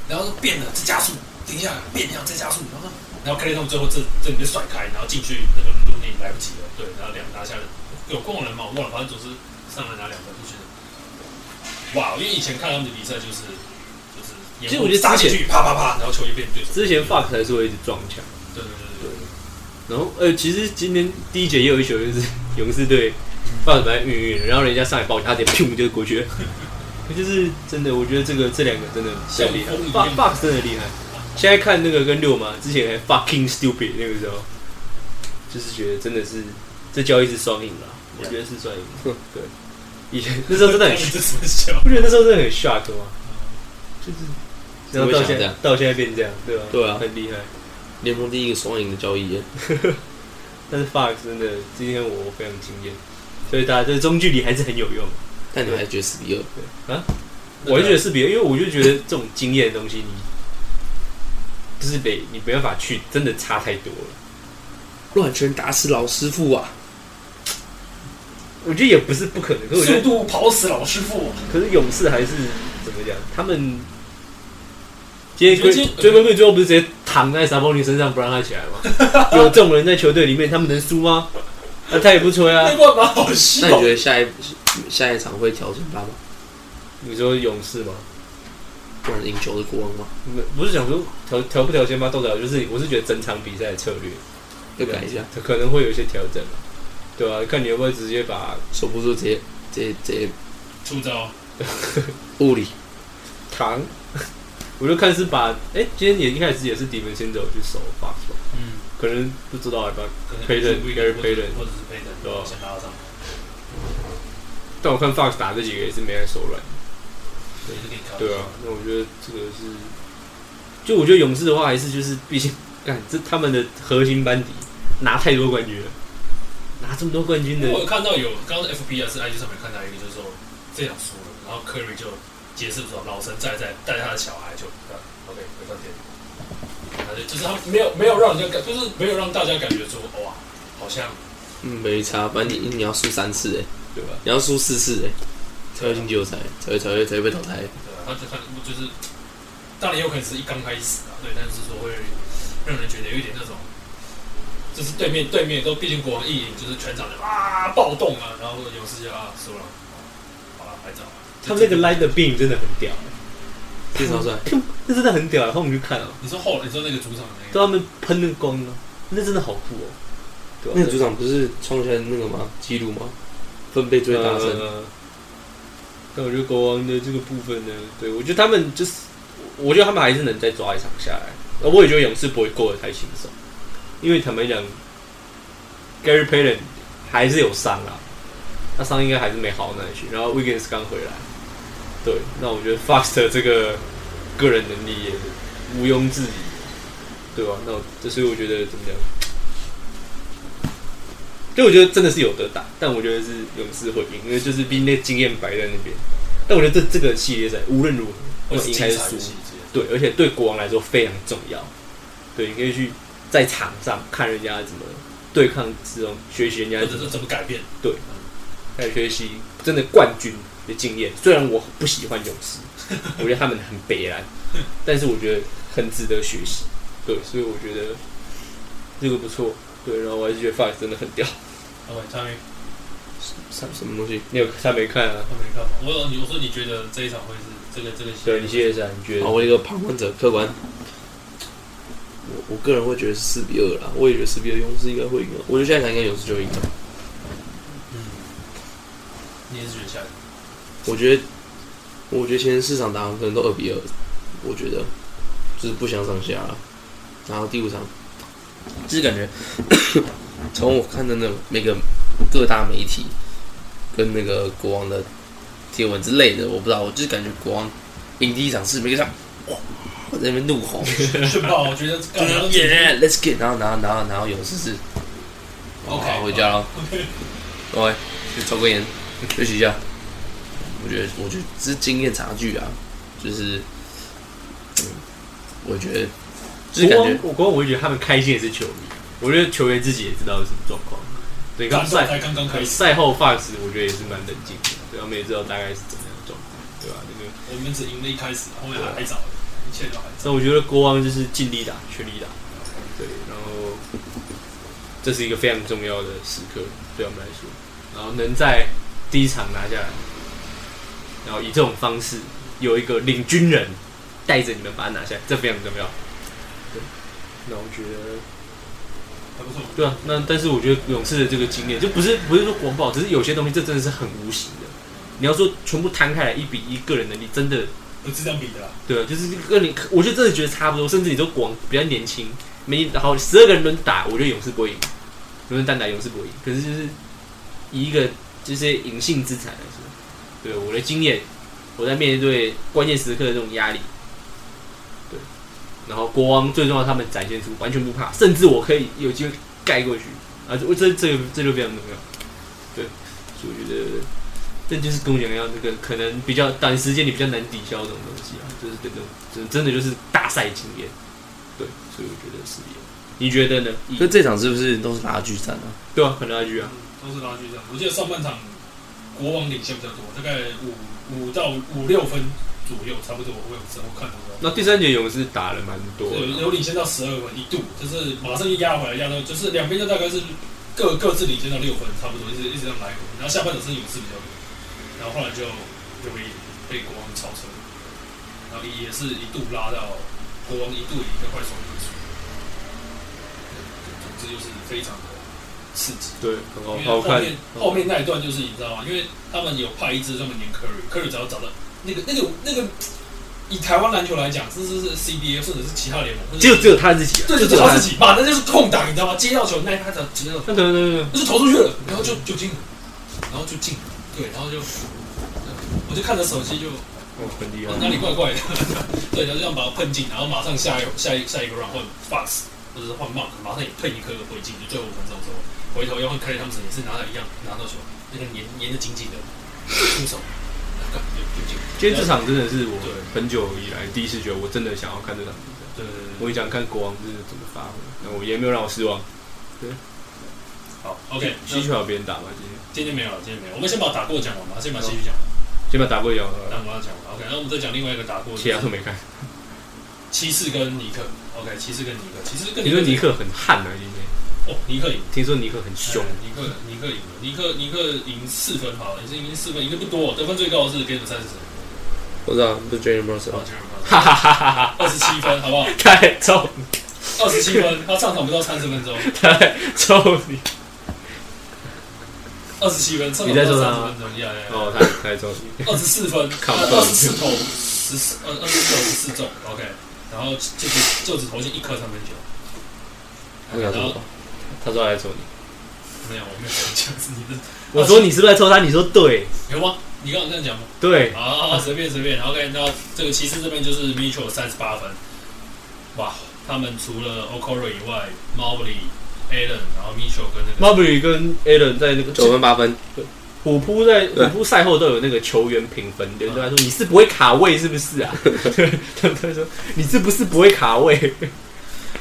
S3: 然后变了再加速，停下来变向再加速，然后然后克雷通最后这这里就甩开，然后进去那个路内来不及了，对，然后两拿下了，有共人嘛，我忘了，反正总是上来拿两分就觉得，哇，因为以前看他们的比赛就是就是，
S2: 其实我觉得
S3: 杀
S2: 之前
S3: 进去啪啪啪，然后球就变对手，
S2: 之前 Fox 还是会一直撞墙。
S3: 对对对对对，
S2: 然后呃，其实今天第一节也有一球，就是 (laughs) 勇士队放本来运运，然后人家上来抱他，直接砰就过去 (laughs) 了。就是真的，我觉得这个这两个真的比较厉害
S3: 像风一样
S2: ，Fox Fox 真的厉害。现在看那个跟六嘛，之前还 fucking stupid 那个时候，就是觉得真的是这交易是双赢了，我觉得是双赢。 (laughs) 对，以前那时候真 (laughs) 的很，
S3: 这什么笑？
S2: 不觉得那时候真的很 shock 吗？就是然后到
S4: 怎么会想
S2: 现
S4: 这
S2: 在
S4: 样
S2: 到现在变这样，对吧、
S4: 对啊
S2: 很厉害。
S4: 联盟第一个双赢的交易耶，
S2: 但是 Fox 真的，今天我非常惊艳，所以大家这中距离还是很有用。
S4: 但你们还是觉得四比二，
S2: 我就觉得是别人，因为我就觉得这种经验的东西你，就是得你没办法去，真的差太多了。
S4: 乱拳打死老师傅啊！
S2: 我觉得也不是不可能，可是我觉
S3: 速
S2: 得，
S3: 度跑死老师傅，
S2: 可是勇士还是怎么讲？他们今天
S3: 我
S2: 追
S3: 觉得今
S2: 追根归最后不是直接躺在沙波尼身上不让他起来 (laughs) 吗？有这种人在球队里面，他们能输吗？那、他也不吹啊
S3: 那。段蛮好笑
S4: 那你觉得下一下一场会调整他吗？
S2: (laughs) 你说勇士吗？
S4: 不然赢球的国王吗？
S2: 不不是想说调调不调先发都调，就是我是觉得整场比赛的策略。
S4: 要改一下，
S2: 它可能会有一些调整啊对啊，看你要不要直接把
S4: 守不住直接直接直接
S3: 出招，
S4: 物理
S2: 糖， (laughs) 我就看是把哎、今天也一开始也是 d i v i n c e n d o 去守 Fox 吧，
S3: 嗯。
S2: 可能不知道吧，
S3: 可能
S2: Payton，
S3: 不一
S2: Gary
S3: 个
S2: Payton
S3: 或者是 Payton，
S2: 对吧
S3: 先拉上，
S2: 但我看 Fox 打这几个也是没在手软，
S3: 对，就可以靠。
S2: 对啊，，那我觉得这个是，就我觉得勇士的话还是就是，毕竟 (laughs) 干这他们的核心班底拿太多冠军了，拿这么多冠军
S3: 因
S2: 的
S3: 为
S4: 哦
S3: 我有看到有刚刚 FB 还是 IG 上面看到一个，就是说这场输了，然后 Curry 就解释说老神在在带他的小孩就啊 OK 回饭店，他就就是他没有没有让人家感，就是没有让大家感觉说哇，好像
S4: 嗯没差，反正你你要输三次哎、
S2: 对吧？
S4: 你要输四次哎、才会进季后赛，才会才会才会被淘汰。
S3: 对啊，他就他就是，当然也有可能是一刚开始啊，对，但是说会让人觉得有一点那种，就是对面对面都毕竟国王一赢，就是全场就啊暴动啊，然后勇士就啊输了，好了还早啊，
S2: 他们那个 Line 的 Beam 真的很屌、 (laughs)
S4: 非常
S2: 嗯
S4: 帅，
S2: 那真的很屌、然后我们去看哦、
S3: 你说后你说那个主场的那个，
S2: 对他们喷那个光啊，那真的好酷哦、对啊
S4: 那个主场不是创下那个吗？记录吗？分贝最大声，
S2: 呃但我觉得国王的这个部分呢，对我觉得他们就是，我觉得他们还是能再抓一场下来。而我也觉得勇士不会过得太轻松，因为坦白讲，Gary Payton 还是有伤啊，他伤应该还是没好到哪里去。然后 Wiggins 刚回来，对，那我觉得 Fox 的这个个人能力也毋庸置疑，对吧、那我这所以我觉得怎么讲？就我觉得真的是有得打，但我觉得是勇士会赢，因为就是毕竟那经验摆在那边。但我觉得这这个系列赛无论如何，
S3: 会
S2: 我
S3: 是
S2: 赢
S3: 精
S2: 还
S3: 彩
S2: 是
S3: 的
S2: 输，
S3: 细节，
S2: 对，而且对国王来说非常重要。对，你可以去在场上看人家怎么对抗这种，学习人家
S3: 或
S2: 怎
S3: 者
S2: 么
S3: 是怎么改变，
S2: 来学习真的冠军的经验。虽然我不喜欢勇士， (laughs) 我觉得他们很悲哀，但是我觉得很值得学习。对，所以我觉得这个不错。对，然后我还是觉得 Fox 真的很屌。
S3: 然后他没
S4: 什什么东西？
S2: 你有他没看啊？
S3: 他没看嘛，我有你我说你觉得这一场会是这个这个
S2: 对，你系列赛你觉得
S4: 好，？我一个旁观者、客观，我我个人会觉得是四比二啦，我也觉得四比二勇士应该会赢啊，我觉得下一场应该勇士就赢了。
S3: 嗯，你也是觉得下
S2: (laughs)
S3: 一个
S4: 我觉得，我觉得前四场打完可能都二比二，我觉得就是不相上下了。然后第五场，就是感觉 (coughs) 从我看的那每个各大媒体跟那个国王的贴文之类的，我不知道，我就是感觉国王赢第一场是每个场在那边怒吼，
S3: 炫爆！哦我觉得干嘛
S2: (laughs)
S3: 要
S4: Yeah，let's get，然后然后然后然后有事是
S3: OK，
S4: 好回家了。OK，去 (laughs) 抽根烟，休息一下。我觉得，我觉得这是经验差距啊，就是，嗯，我觉得就是感
S2: 国
S4: 觉
S2: 王，我国王，我会觉得他们开心也是球迷，我觉得球员自己也知道是什么状况。对，刚
S3: 刚
S2: 赛
S3: 才刚刚开始，
S2: 赛后 Fox 我觉得也是蛮冷静的，对，他们也知道大概是怎么样的状况，对吧、那个，
S3: 我们只赢了一开始，后面还还早，一切都还早。
S2: 所以我觉得国王就是尽力打，全力打，对，然后这是一个非常重要的时刻对我们来说，然后能在第一场拿下来，然后以这种方式有一个领军人带着你们把它拿下来，这非常重要。对，那我觉得。
S3: 还不错，
S2: 对啊，那但是我觉得勇士的这个经验，就不是不是说国宝，只是有些东西这真的是很无形的。你要说全部摊开来一比一，个人能力真的
S3: 不是这样比的啦。
S2: 对啊，就是跟你，我就真的觉得差不多。甚至你说国王比较年轻，没然后十二个人轮打，我觉得勇士不会赢，轮单打勇士不会赢。可是就是以一个就是隐性资产来说，对我的经验，我在面对关键时刻的这种压力，对，然后国王最重要，他们展现出完全不怕，甚至我可以有机会盖过去啊！我这这个这就非常重要，对，所以我觉得。但就是跟我讲一样，这个可能比较短时间你比较难抵消这种东西啊，就是这种真真的就是大赛经验，对，所以我觉得是有。你觉得呢？
S4: 可是这场是不是都是拉锯战啊？
S2: 对啊，很拉锯啊，
S3: 嗯都是拉锯战。我记得上半场国王领先比较多，大概五五到五六分左右，差不多。我有时候看过，
S2: 那第三节勇士打了蛮多的
S3: 有有领先到十二分一度，就是马上就压回来，压到就是两边就大概是各各自领先到六分，差不多一直一直这样来回。然后下半场是勇士比较多，然后后来就就被被国王超车，然后也是一度拉到国王一度也跟快手一起，总之就是非常的刺激。
S2: 对，很好哦
S3: 因为
S2: 好
S3: 后
S2: 看
S3: 面。后面那一段就是你知道吗？因为他们有派一支专门连 Curry，Curry 只要找到那个那个那个，以台湾篮球来讲，这是是 CBA 或者是其他联盟，或者
S2: 只有只有他自己啊，
S3: 对
S2: 就
S3: 就
S2: 只
S3: 是
S2: 有
S3: 他
S2: 他
S3: 自。己吧，那就是空档，你知道吗？接到球那一拍只要接到，
S2: 那可能对对
S3: 那就投出去了，然后就就进了，然后就进了，对，然后就我就看着手机就
S2: 哦，很厉
S3: 哪
S2: 害。
S3: 里怪怪的，对，然后就这样把它喷进，然后马上下一下一下一个 round 换 Fox 或者是换 Mark，马上也退一颗回进，就最后五分钟的时候，回头要换 Clay Thompson 也是拿到一样拿到球，那个粘粘的紧紧的，出手，干就就进。
S2: 今天这场真的是我
S3: 对
S2: 很久以来第一次觉得我真的想要看这场比赛，
S3: 对对对
S2: 我也想看国王是怎么发挥，那我也没有让我失望。
S3: 好，OK，
S2: 西区还有别人打吧，今天
S3: 今天没有了，今天没有，我们先把打过讲完吧，先把西区讲完，
S2: 先把打过一样，
S3: 那我们要讲完，OK，那我们再讲另外一个打过，
S2: 其他都没看。
S3: 骑士跟尼克，OK，骑士跟尼克，骑士跟
S2: 听说尼，克很悍啊，今天
S3: 哦，尼克赢。
S2: 听说尼克很凶。
S3: 哎尼克尼克赢了，尼克尼克赢四分好了，也是赢四分，赢的不多，得分最高的是给你们三十分，
S4: 我知道，不是啊 Jalen Brunson
S3: 好
S4: 吗，
S3: ，Jaren
S2: 哈哈哈哈哈！
S3: 二十七分，好不好？
S2: 太臭，
S3: 二十七分，他上场不到三十分钟，
S2: 太臭你！
S3: 二十七分，上场
S2: 你
S3: 不
S2: 在
S3: 到
S2: 说他
S3: 三十
S2: 吗
S3: 分钟，呀呀呀，
S2: 哦，太太臭你！
S3: 二十四分，
S2: 靠
S3: 二十四投十四，呃，二十四投十四中，OK，然后就只就只投进一颗三分球，
S4: 他想
S3: 然后
S4: 说，
S2: 他说他在臭你，
S3: 没有，我没有这样子，你的
S2: 我说你是不是在臭他？你说对
S3: 有吗？你刚刚这样讲吗？
S2: 对，
S3: 啊，随便随便，OK。那这个骑士这边就是 Mitchell 三十八分，哇，他们除了 Okoro 以外，Mobley、Allen，然后 Mitchell 跟那
S2: 马
S3: 个
S2: 布里跟 Allen 在那个
S4: 九分八分，
S2: 虎扑在
S4: 对
S2: 虎扑赛后都有那个球员评分，有人都在说你是不会卡位是不是啊？ (laughs) 他们都说你是不是不会卡位？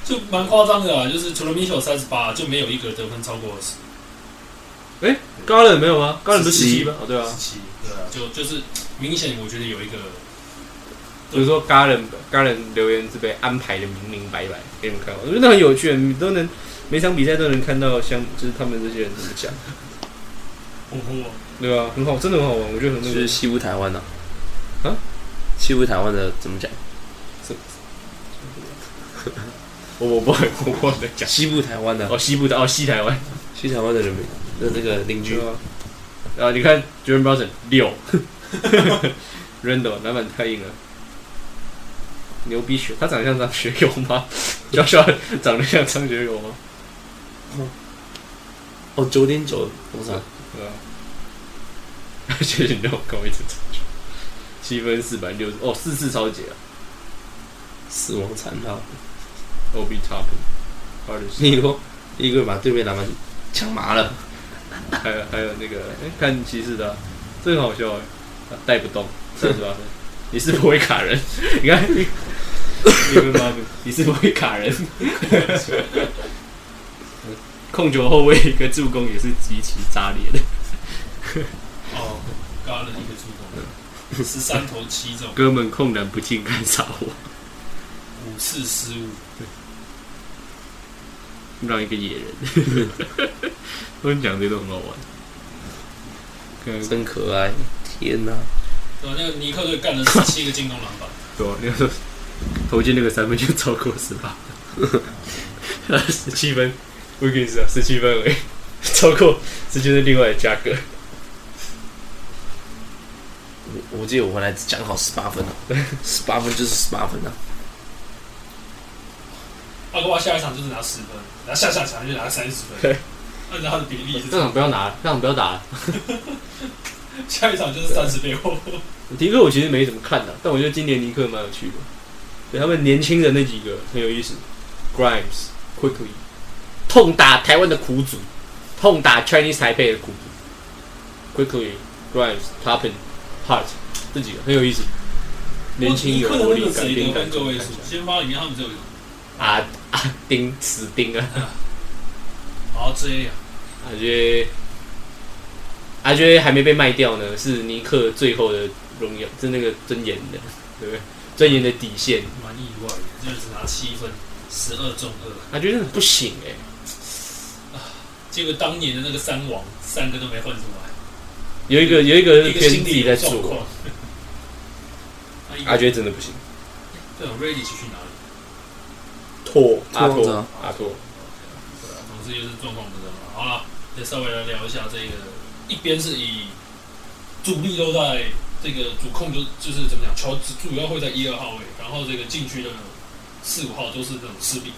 S3: 就蛮夸张的啊，就是除了 Mitchell 三十八，就没有一个得分超过十
S2: 高冷没有吗？高冷不是十
S4: 17
S2: 七吗？哦，对啊，
S3: 七，对啊，就就是明显我觉得有一个
S2: 比如说高冷高冷留言是被安排的明明白白，给你们看，我觉得很有趣，你都能每场比赛都能看到像就是他们这些人怎么讲，
S3: 呼呼，
S2: 对吧、很好，真的很好玩，我觉得很
S4: 就
S2: 那
S4: 是
S2: 个。
S4: 欺负台湾的，
S2: 啊，
S4: 欺负台湾的怎么讲？
S2: 我我不会，我不会讲。
S4: 欺负台湾的，
S2: 哦，西部的哦，西台湾。
S4: 欺负台湾的人民的那个邻
S3: 啊
S4: 居，
S2: 然后啊你看 j o r d a n Brunson 六，Randall 篮板太硬了，牛逼学，他长得像张学友吗 j o s 长得像张学友吗？
S4: 哦，九点九，多少？
S2: 对啊，哦谢谢你让我高一直出去，七分四百六十，哦，四次超级啊，
S4: 死亡残号。
S2: OB Toppin，
S4: (laughs) 例如，一个把对面篮板抢麻了，
S2: 还有还有那个，哎、看骑士的啊、这个很好笑哎、啊带不动三十八分，你是不会卡人，你看你，你们妈的，你是不会卡人，控球后卫一个助攻也是极其炸裂的，
S3: 哦，高了一个助攻，十三投七中，
S2: 哥们控篮不进干啥我，
S3: 五次失误，
S2: 让一个 (laughs) 野人，我跟你讲这都很好玩，看
S4: 真可爱！啊天哪、
S3: 对啊吧？那个尼克队干了十七个进攻篮板，
S2: 对、啊，那个时候投进那个三分就超过十八，十七分，我跟你说，十七分而已，超过这就是另外的价格。
S4: 我我记得我回来只讲好十八分 (laughs) 啊，十八分就是十八分啊，
S3: 阿圭瓦下一场就是拿十分，然后下下场就拿三十分，按照他的比例是这
S2: 这
S3: 样，
S2: 啊场不要拿，这场不要打了。
S3: 下一场就是三十倍后。
S2: 尼克我其实没怎么看的、但我觉得今年尼克蛮有趣的，对他们年轻人那几个很有意思，Grimes、Quickly，痛打台湾的苦主，痛打 Chinese 台北的苦主，Quickly、Grimes、Toppin、Hart 这几个很有意思， (laughs) 年轻有活
S3: 我
S2: 力，
S3: 的
S2: 改
S3: 谁
S2: 变
S3: 得
S2: 感
S3: 分个位
S2: 觉
S3: 数，先发里面他们只有一个，
S2: 啊啊丁死丁啊！
S3: 然后啊这样，
S2: 阿觉阿觉还没被卖掉呢，是尼克最后的荣耀，是那个尊严的，对不对？尊严的底线，
S3: 蛮意外的，就是只拿七分，十二中二，啊
S2: 阿觉真的不行哎、
S3: 结果当年的那个三王三个都没混出来，
S2: 有一个有一个
S3: 一
S2: 是
S3: 个
S2: 偏
S3: 心
S2: 自己
S3: 理
S2: 在
S3: 有状
S2: 做，
S3: 况。 (laughs) 啊一个
S2: 阿觉真的不行，
S3: 对 r e a d y 去哪里？
S2: 拓阿
S4: 拓
S2: 拓
S4: 着
S2: 阿拓，
S3: 对啊总之就是状况不怎么好。好了，再稍微来聊一下这个，一边是以主力都在这个主控就就是怎么讲，球主要会在一二号位，然后这个禁区的四五号都是那种士兵。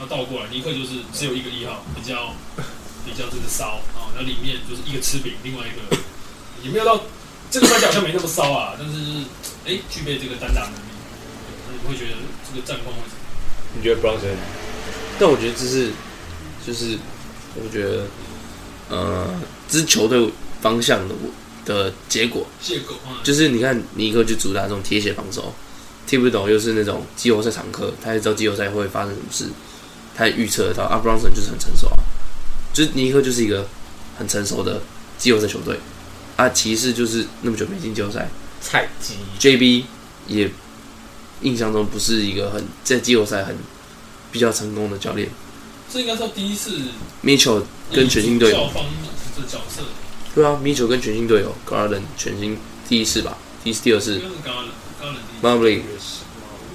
S3: 那倒过来，尼克就是只有一个一号，比较比较这个骚啊，那、里面就是一个吃饼，另外一个也没有到这个摔跤好像没那么骚啊，但是就是哎、具备这个单打能力，那你会觉得这个战况会怎么样？
S2: 你觉得 Bronson
S4: 但我觉得这是，就是我觉得，呃，这是球队方向的的结果。
S3: 借口啊，
S4: 就是你看尼克就主打这种铁血防守，听不懂又是那种季后赛常客，他也知道季后赛会发生什么事，他也预测得到。阿布朗森就是很成熟啊，就是尼克就是一个很成熟的季后赛球队，啊，骑士就是那么久没进季后赛
S2: 菜鸡？
S4: ，JB 也印象中不是一个很在季后赛很比较成功的教练
S3: 这应该是第一次
S4: ，Mitchell 跟全新队友
S3: 教，方的角色，
S4: 对啊，Mitchell 跟全新队友 Garden 全新第一次吧，第一次第二
S3: 应
S4: 次
S3: 该是高冷高冷第一
S4: m a r l e y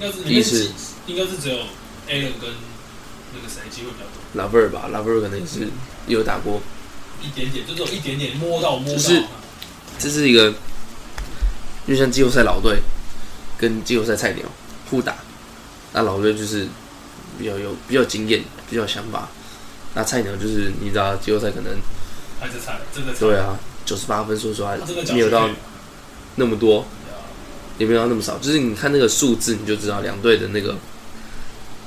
S3: 应该是
S4: 第一次，
S3: 应该是只有 a l a n 跟那个谁机会比较多，
S4: 拉贝尔吧，拉贝尔可能也是有打过，
S3: 一点点，就只有一点点摸到摸到。
S4: 就是这是一个，就像季后赛老队跟季后赛菜鸟互打，那老队就是比较有比较有经验，比较有想法，那菜鸟就是你知道季后赛可能
S3: 还在猜，正在猜，
S4: 对啊，九十八分说实话
S3: 他真的讲
S4: 没有到
S3: 出去
S4: 那么多，也没有到那么少，就是你看那个数字你就知道两队的那个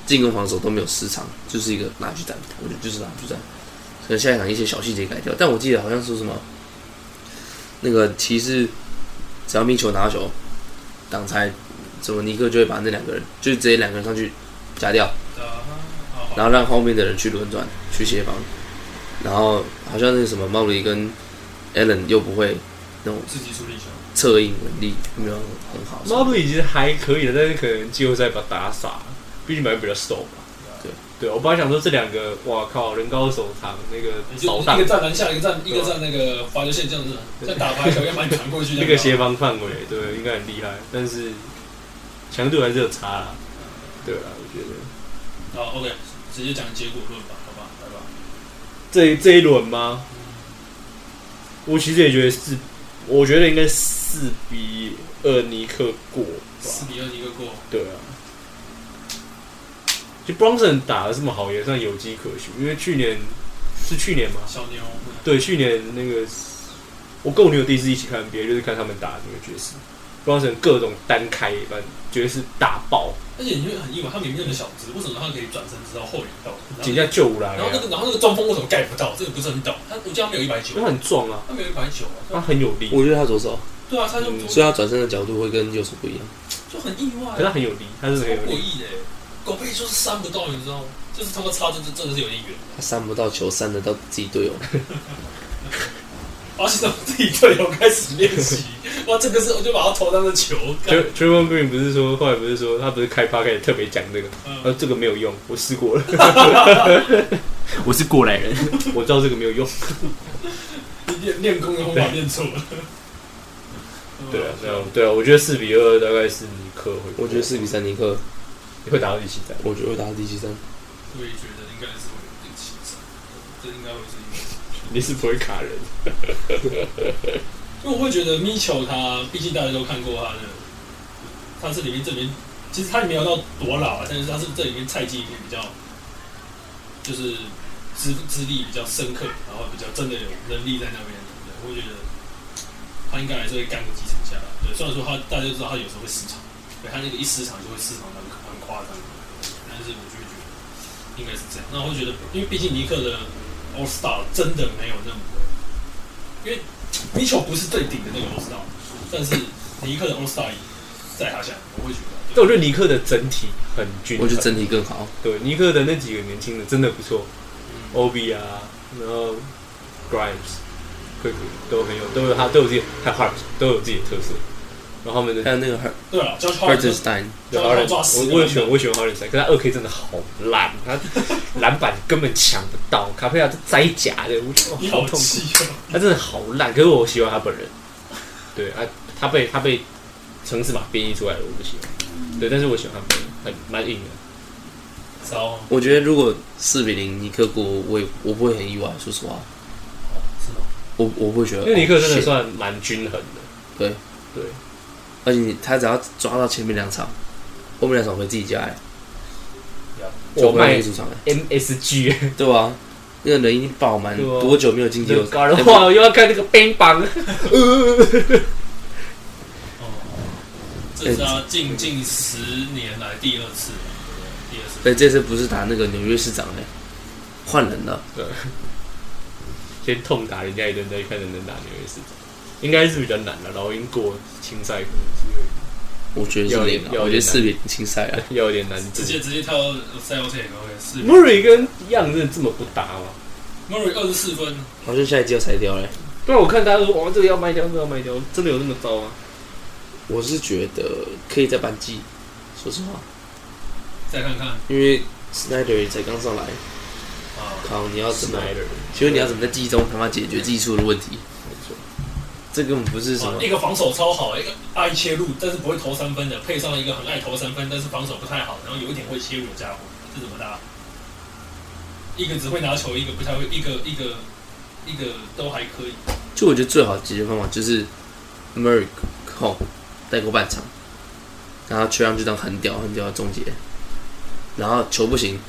S4: 进攻防守都没有失常，就是一个拿去战，我觉得就是拿去战。可能下一场一些小细节改掉，但我记得好像说什么，那个骑士只要命球拿到球，挡拆，什么尼克就会把那两个人，就直接两个人上去夹掉，
S3: 对啊，好好
S4: 然后让后面的人去轮转去协防，然后好像那个什么茂里跟 Allen 又不会那种
S3: 自己处理球。
S4: 策应能力没有很好，
S2: m a r l e y 其实还可以的，但是可能季后赛把他打傻了，毕竟买比较瘦嘛。
S3: 啊
S4: 对
S2: 对，我本来想说这两个，哇靠，人高手长，那个
S3: 就
S2: 扫
S3: 一
S2: 荡
S3: 个，站篮下，一个站一个站那个罚球线，这样子，像打排
S4: (laughs)
S3: 球一样把你传过去。
S2: 那个协防范围，对，应该很厉害，但是强度还是有差啦。对啊，我觉得
S3: 好，OK，直接讲结果论吧，好吧，来吧。
S2: 这这一轮吗？我其实也觉得是，我觉得应该四比二尼克过
S4: 啊
S3: 四
S2: 吧。
S3: 比二一个过，
S2: 对啊，就 Bronson 打的这么好，也算有迹可循，因为去年是去年嘛，
S3: 小牛
S2: 对，去年那个我跟我女友第一次一起看 NBA，就是看他们打那个爵士， Bronson 各种单开，反正绝对是大爆，
S3: 而且你会很意外，他明明那个小子，为什么他可以转身直到后仰到？然后
S2: 紧下救五来
S3: 然后那
S2: 啊，
S3: 个然后那个中锋为什么盖不到？这个不是很懂。他我记得他没有一百九
S2: 因为，他很壮啊，
S3: 他没有一百九啊。对
S2: 他
S3: 啊
S2: 很有力，
S4: 我觉得他左手，
S3: 对啊，他就
S2: 嗯
S4: 所以他转身的角度会跟右手不一样。
S3: 就很意外
S2: 可是他
S3: 啊，
S2: 很有力，他是
S3: 超
S2: 很有
S3: 过
S2: 力，
S3: 亿的欸。狗贝就是扇不到，你知道吗？就是他妈差真真的是有点远。
S4: 他扇不到球，扇得到自己队友。
S3: 而且他们自己队友开始练习，哇，这个是我就把他头当成球。干
S2: Tre t r e v o r Green 不是说后来不是说他不是开趴开始特别讲这个，他说
S3: 嗯
S2: 这个没有用，我试过了， (laughs) 我是过来人， (laughs) 我知道这个没有用，
S3: 练练功的方法练错了。
S2: (laughs)
S3: 嗯
S2: 对啊，对啊，对啊，我觉得四比二大概是尼克会，
S4: 我觉得四比三尼克，
S2: 会打到第七战，
S4: 我觉得会打到第七战。
S3: 我也觉得应该是会有点气场，这应该会是因为，
S2: 你是不会卡人，
S3: 因为我会觉得米球他，毕竟大家都看过他的，他是里面这里面，其实他也没有到多老啊，但是他是这里面菜鸡里面比较，就是资资历比较深刻，然后比较真的有能力在那边的，对我会觉得他应该还是会干个几场下来。对，虽然说他大家都知道他有时候会失常，对他那个一失常就会失常蛮蛮夸张的，但是我就会觉得应该是这样。那我会觉得，因为毕竟尼克的 All Star 真的没有那么多，因为米球不是最顶的那个 All Star，但是尼克的 All Star 在他下面，我会觉得。
S2: 但我觉得尼克的整体很均衡，
S4: 我觉得整体更好。
S2: 对尼克的那几个年轻的真的不错
S3: 嗯
S2: ，OB 啊，然后 Grimes、Quick 都很有，都有他都有自己，还有 Hart 都有自己的特色，然后他们
S4: (laughs)
S2: 的
S4: 还有那
S2: 哦
S4: 个 Har-
S3: 对啊了，交叉
S4: Hartenstein，
S2: 对哈登
S3: 抓死
S2: 我我也喜欢，我也喜欢哈登赛，可是他二 K 真的好烂，他篮板根本抢不到，卡佩拉是摘夹的，我觉得
S3: 你
S2: 哦好
S3: 好
S2: 痛苦，
S3: 气哦！
S2: 他真的好烂。可是我喜欢他本人，对啊，他被他被城市码编译出来了，我不喜欢。对，但是我喜欢他本人，很蛮硬的。
S3: 糟，
S4: 我觉得如果四比零尼克过，我也我不会很意外。说实话，
S3: 是吗？
S4: 我我不会觉得。
S2: 因为尼克真的
S4: 哦，shit
S2: 算蛮均衡的，
S4: 而且你他只要抓到前面两场，后面两场回自己家，哎
S2: 我
S4: 回到那
S2: 卖
S4: 个主场，哎
S2: MSG，
S4: 对啊，那个人已经爆满，
S2: 对啊
S4: 多久没有进季后赛？
S2: 搞的
S4: 哎不
S2: 话又要看那个 bang bang，
S3: 哦，这是他近近十年来第二次，第二次。
S4: 对，哎这次不是打那个纽约市长嘞，换人了。
S2: 先痛打人家一顿，再看能不能打纽约市场，应该是比较难的。然后英国青赛可能是有点
S4: 我觉得是零啊
S2: 要有，
S4: 我觉
S2: 点
S4: 得
S2: 难
S4: 四比零轻赛啊。
S2: 要有点难度
S3: 直。接直接跳到赛后 take away 四
S4: 嗯
S2: Murray 跟 Young 真的这么不搭吗？
S3: Murray 二十四分，
S4: 好像下一季要裁掉嘞。
S2: 不然我看大家说哇，这个要卖掉，这个要卖掉，真的有那么糟吗？
S4: 我是觉得可以再扳机，说实话，
S3: 再看看
S4: 因为 Snyder 才刚上来，
S3: 啊，
S4: 靠，你要怎么？
S2: Snyder，
S4: 请问你要怎么在季中他妈解决自己出的问题？
S2: 没错，
S4: 这根本不是什么啊
S3: 哇，一个防守超好，一个爱切入但是不会投三分的，配上一个很爱投三分但是防守不太好，然后有一点会切入的家伙，这怎么搭？一个只会拿球，一个不太会，一个一个一个都还可以。
S4: 就我觉得最好的解决方法就是 Murray 控带过半场，然后缺让就当横吊，横吊到终结，然后球不行，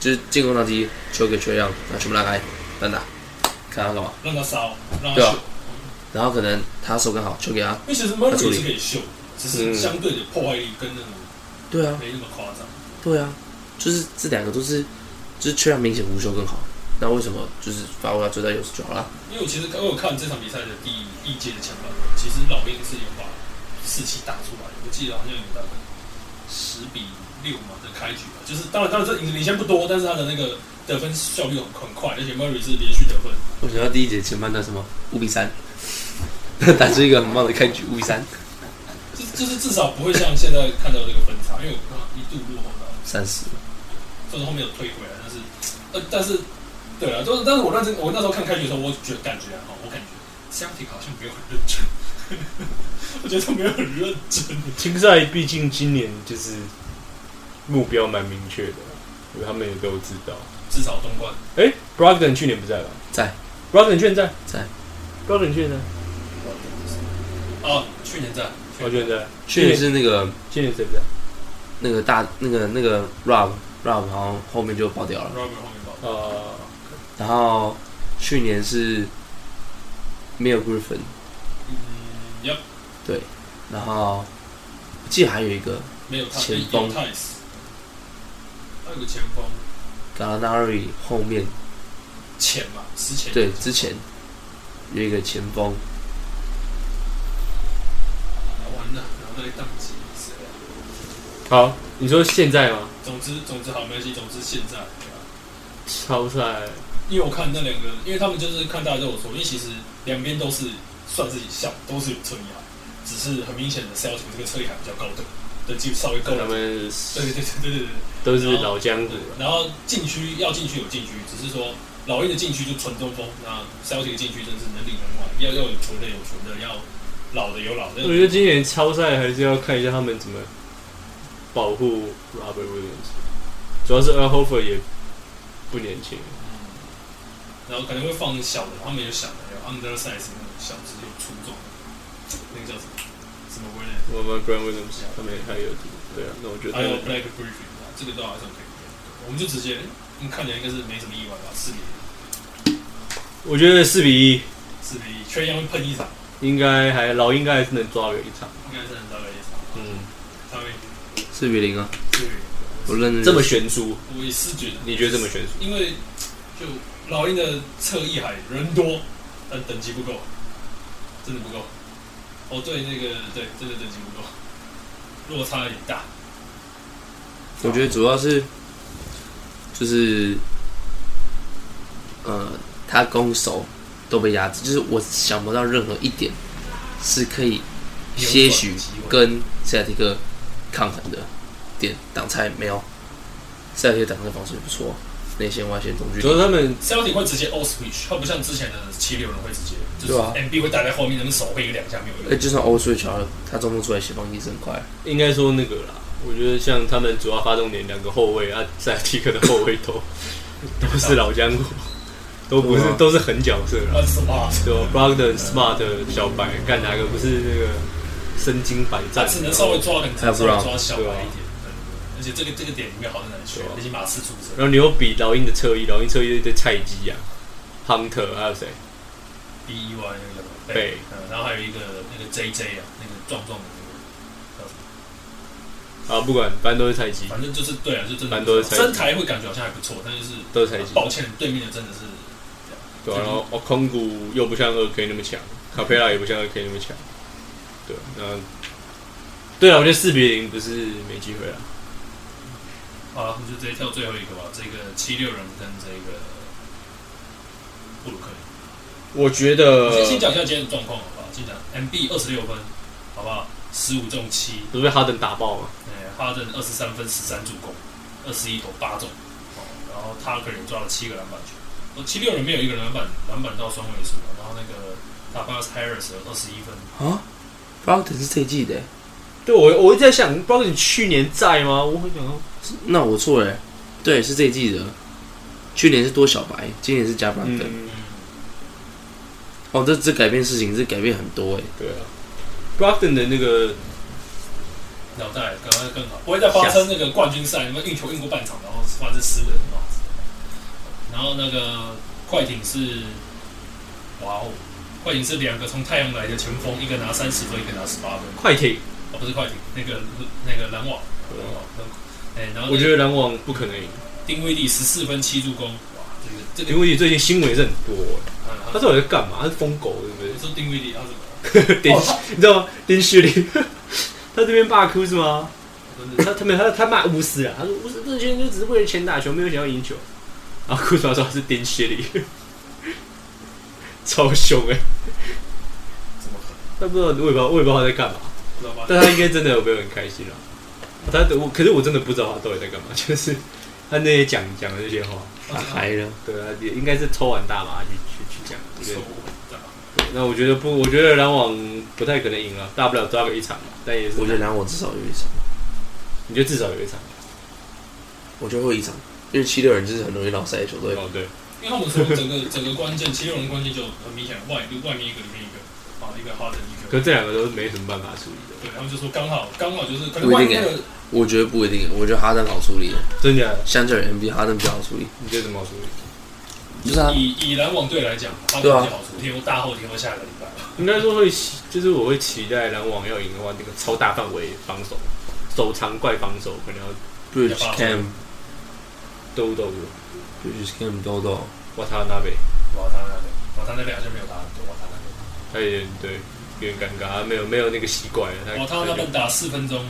S4: 就是进攻到第一，球给缺让，然后全部拉开单打，看他干嘛。
S3: 让他烧，让他
S4: 对啊
S3: 秀，
S4: 然后可能他手感好，球给他。
S3: 因为其实 Murray 是可以秀的，只是相对的破坏力跟那种
S4: 对啊，
S3: 没那么夸张。
S4: 对啊，就是这两个都是，就是缺让明显无球更好。那为什么就是发挥到最大优势就好了？
S3: 因为我其实我有看这场比赛的第一届的前半段，其实老兵是有把士气打出来的，我记得好像有打十比六嘛的开局吧，就是当然当然这领先不多，但是他的那个得分效率很很快，而且 Murray 是连续得分，
S4: 我想到第一节前半段什么五比三， (laughs) 打出一个很棒的开局，五比三，
S3: 就就是至少不会像现在看到这个分差，因为我看到一度落后到。
S4: 三十。
S3: 虽然后面有推回来，但是呃，但是对啊，就是但是我认真，我那时候看开局的时候，我觉得感觉啊，我感觉香婷好像没有很认真， (laughs) 我觉得他没有很认真。
S2: 青赛毕竟今年就是目标蛮明确的啦，因为他们也都知道。
S3: 至少东冠
S2: 哎、b r o g d o n 去年不在吧？
S4: 在
S2: ，Brogdon 现在
S4: 在
S2: ，Brogdon 现在，哦
S3: 啊，去年在，
S2: 我觉得
S4: 哦去年是那个
S2: 今年谁不在？
S4: 那个大那个那个 Rob Rob 好像后面就爆掉了。
S3: Robert 后面吧，
S2: 呃，
S4: 然后去年是没有 Griffin，
S3: 嗯，要
S4: 对，然后我记得还有一个
S3: 没有他
S4: 前
S3: 有
S4: 锋
S3: Tice，他有个前锋
S4: 达拉瑞后面
S3: 前嘛，之前
S4: 对之前有一个前锋，
S3: 啊完了，然后再宕机谁啊
S2: 好，你说现在吗？
S3: 总之总之好没关系，总之现在。对啊
S2: 超赛
S3: 因为我看那两个，因为他们就是看大家都有错，因为其实两边都是算自己像，都是有侧翼啊，只是很明显的 Celtic 这个侧翼还比较高的，对，就稍微高
S2: 他
S3: 了。
S2: 们
S3: 对对对对对对
S2: 都是老江湖
S3: 对。
S2: 了，
S3: 然后禁区要禁区有禁区，只是说老鹰的禁区就纯中锋，那 Celtic 的禁区真是能领人玩，要要有纯的有纯的，要老的有老的。
S2: 我觉得今年超赛还是要看一下他们怎么保护 Robert Williams，主要是 a l h o f e r 也不年轻，
S3: 嗯然后可能会放小的，他们有小的，有 undersize 那种小，只有粗壮的，那个叫什么什么 w i l l i a
S2: 我们 Grant Williams 他们也还有对啊，那我觉得
S3: 还有 Black Griffin 啊，这个都还算可以。我们就直接，嗯，看起来应该是没什么意外吧，四比
S2: 我觉得四比一
S3: 四比一，缺氧会喷一场，
S2: 应该还老应该还是能抓个一场，
S3: 应该是很大概一场，
S2: 嗯，
S3: 他会
S4: 四比零啊，
S3: 对，
S4: 我认真
S2: 这么悬殊，
S3: 我也是觉得，
S2: 你觉得这么悬殊？
S3: 因为就老鹰的侧翼海人多，但等级不够，真的不够。哦，对，那个对，真的等级不够，落差有点大。
S4: 我觉得主要是就是呃，他攻守都被压制，就是我想不到任何一点是可以些许跟塞尔提克抗衡的点，挡拆没有。塞尔提克挡拆方式也不错，内线、外线、中距
S2: 主要
S4: 离，
S2: 他们
S3: Celtic 会直接 all switch，它不像之前的七六人会直接，就是
S4: 对啊
S3: MB 会打在后面，能手挥个两下没有用
S4: 哎，。就算欧瑞乔，他中锋出来协防也是很快。
S2: 应该说那个啦，我觉得像他们主要发动点两个后卫啊，塞尔提克的后卫
S4: (laughs)
S2: 都都是老江湖，都不是
S4: 对啊
S2: 都是狠角色啦
S3: 二。十八，
S2: 呃对啊吧，Brogdon、Smart、小白，看哪个不是那个身经百
S3: 他
S2: 战？
S3: 只能稍微抓人，只能稍微抓小白
S2: 对啊
S3: 一点。对而且这个这个点里面好在哪里去
S2: 对啊？
S3: 毕竟马刺出身，
S2: 然后你又比老鹰的侧翼，老鹰侧翼一堆菜鸡啊，Hunter 还有谁？
S3: B E Y 那个叫
S2: 贝
S3: 贝，嗯，然后还有一个那个 J J 啊，那个壮壮的那
S2: 啊，不管，反正都是菜鸡
S3: 个，，反正就是对啊，就真的
S2: 蛮多
S3: 不
S2: 的
S3: 错
S2: 菜
S3: 身材会感觉好像还不错，但就是
S2: 都是菜鸡。
S3: 抱歉，对面的真的是
S2: 对、
S4: 嗯
S2: 啊，然后哦，空谷又不像二 K 那么强，卡佩拉也不像二 K 那么强。对，那对啊，我觉得四比零不是没机会啊了。
S3: 好了，我们就直接跳最后一个吧。这个七六人跟这个布鲁克林。
S2: 我觉
S3: 我
S2: 得
S3: 先先讲一下今天的状况好不好？先讲 M B 二十六分，好不好？十五中七，
S2: 不是被哈登打爆吗？
S3: 哎，哈登二十三分十三助攻，二十一投八中，哦，然后他个人抓了七个篮板球，哦，七六人没有一个篮板篮板到双位数，然后那个大巴斯 Harris 二十一分，
S4: 啊 b r o g d o n 是这一季的欸，
S2: 对我，我一直在想，包括你去年在吗？我很想说，
S4: 那我错了欸，对，是这一季的。去年是多小白，今年是加班的。
S2: 嗯
S3: 嗯，，
S4: 哦，这这改变事情，这改变很多哎。
S2: 对啊 b r o g d o n 的那个
S3: 脑袋可能会更好，不会再发生那个冠军赛，你们运球运过半场，然后发生失误的很好。然后那个快艇是，哇哦，快艇是两个从太阳来的前锋，一个拿三十分，一个拿十八分。
S2: 快艇，
S3: 哦，不是快艇，那个那个篮网，篮
S2: 啊
S3: 网，哎、然后
S2: 我觉得
S3: 得
S2: 篮网不可能赢，
S3: 丁威迪十四分七助攻，哇，这个这
S2: 因
S3: 个，
S2: 为你最近新闻也是很多。
S3: 嗯，
S2: 他
S3: 他
S2: 到底在干嘛？他是疯狗
S3: 你
S2: 是
S3: 说哦丁威迪他怎么？
S2: 不是？丁，你知道吗？丁旭林， (laughs) 他这边罢哭是吗？他他没有他他骂乌斯啊，他说乌斯这些人就只是为了钱打球，没有想要赢球。啊然后库兹马说他是丁薛里， (laughs) 超凶哎、
S3: 怎么可能？
S2: 他不知道我也不知道我也不知道他在干嘛，
S3: 知道吧？
S2: 但他应该真的有没有很开心啊？他我可是我真的不知道他到底在干嘛，就是他那些讲讲的那些话，
S4: 他嗨了，
S2: 对啊，也应该是抽完大麻去去去讲，
S3: 不
S2: 对
S3: 错，
S2: 那我觉得不，我觉得篮网不太可能赢了，大不了抓个一场嘛，但也是
S4: 我觉得篮网至少有一场，
S2: 你就至少有一场。
S4: 我觉得会有一场，因为七六人就是很容易老塞的球队。
S2: 哦，对，
S3: 因为他们说整个 (laughs) 整个关键七六人关键就很明显，外外面一个里面一个，啊，一个哈登一个
S2: 可，这两个都是没什么办法处理
S3: 对，他们就说刚好刚好就是可能
S4: 不
S3: 外
S4: 一定
S3: 面
S4: 欸
S3: 那个
S4: 我觉得不一定，我觉得哈登好处理，
S2: 的，真假的？
S4: 相较于 NBA 哈登比较好处理，
S2: 你觉得怎么好处理？
S4: 就是他
S3: 以以篮网队来讲，他们
S4: 对啊
S3: 比较好处理，因为大后天或下个礼拜，
S2: 应该说会期，就是我会期待篮网要赢的话，那个超大范围防守，手长怪防守可能要
S4: Bridge Cam
S2: 兜兜
S4: Bridge Cam 兜兜，
S2: 瓦塔纳贝，
S3: 瓦塔那边，瓦塔那边好像没有打很多，瓦塔那边。
S2: 他有点对有点尴尬，他没有没有那个习惯了，他
S3: 瓦塔那边打四分钟，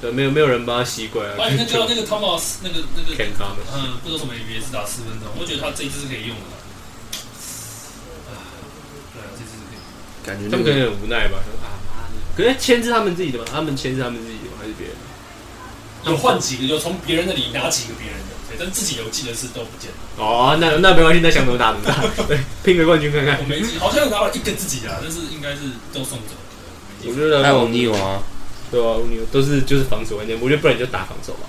S2: 对没有没有人帮他习惯啊
S3: 哎，那就那个 Thomas 那个那个
S2: Ken Thomas
S3: 嗯，不知道什么 NBA 是打四分钟，我觉得他这一支是可以用的啦。啊对啊，这支是可以用
S4: 感觉
S2: 他
S4: 那
S2: 们可
S4: 个
S2: 能很无奈吧，说啊妈的，可是签是他们自己的吧？他们签是他们自己的吗还是别人？
S3: 的。有换几个，有从别人那里拿几个别人的，对，但自己有记得是都不见了。
S2: 哦，那那没关系，那想怎么打怎么 (laughs) 打，对，拼个冠军看看
S3: 我。没记，好像有拿了一个自己的啊，但是应该是都送走了。
S2: 我觉得
S4: 还有 Neil 啊，
S2: 对啊，你都是就是防守关键，我觉得不然你就打防守吧。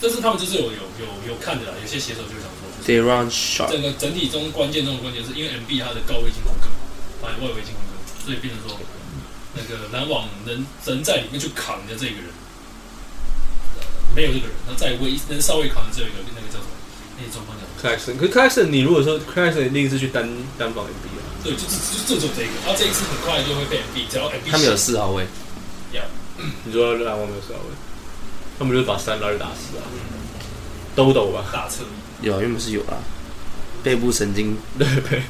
S3: 但是他们就是有有有有看的啦，有些写手就想说，就是
S4: Deron Sharp，
S3: 整个整体中关键中的关键是因为 MB 他的高位进攻更好，把你外围进攻更好，所以变成说那个篮网能能在里面去扛的这个人，呃没有这个人，那在唯一能稍微扛的只有一个那个叫什么？那个中锋叫什么
S2: c l a s o n 可 c l a s o n 你如果说 c l a s o n 一定是去单单防 NBA 啊，
S3: 对，就就就就只有这一个，然后这一次很快就会被 MB，只要 MB
S4: 他们有四号位，
S2: 你说篮网没有少位，他们就是把三拉二打死啊，兜兜吧， (laughs)
S3: 大车，
S4: 有啊，原本是有啦，背部神经，
S2: 对不对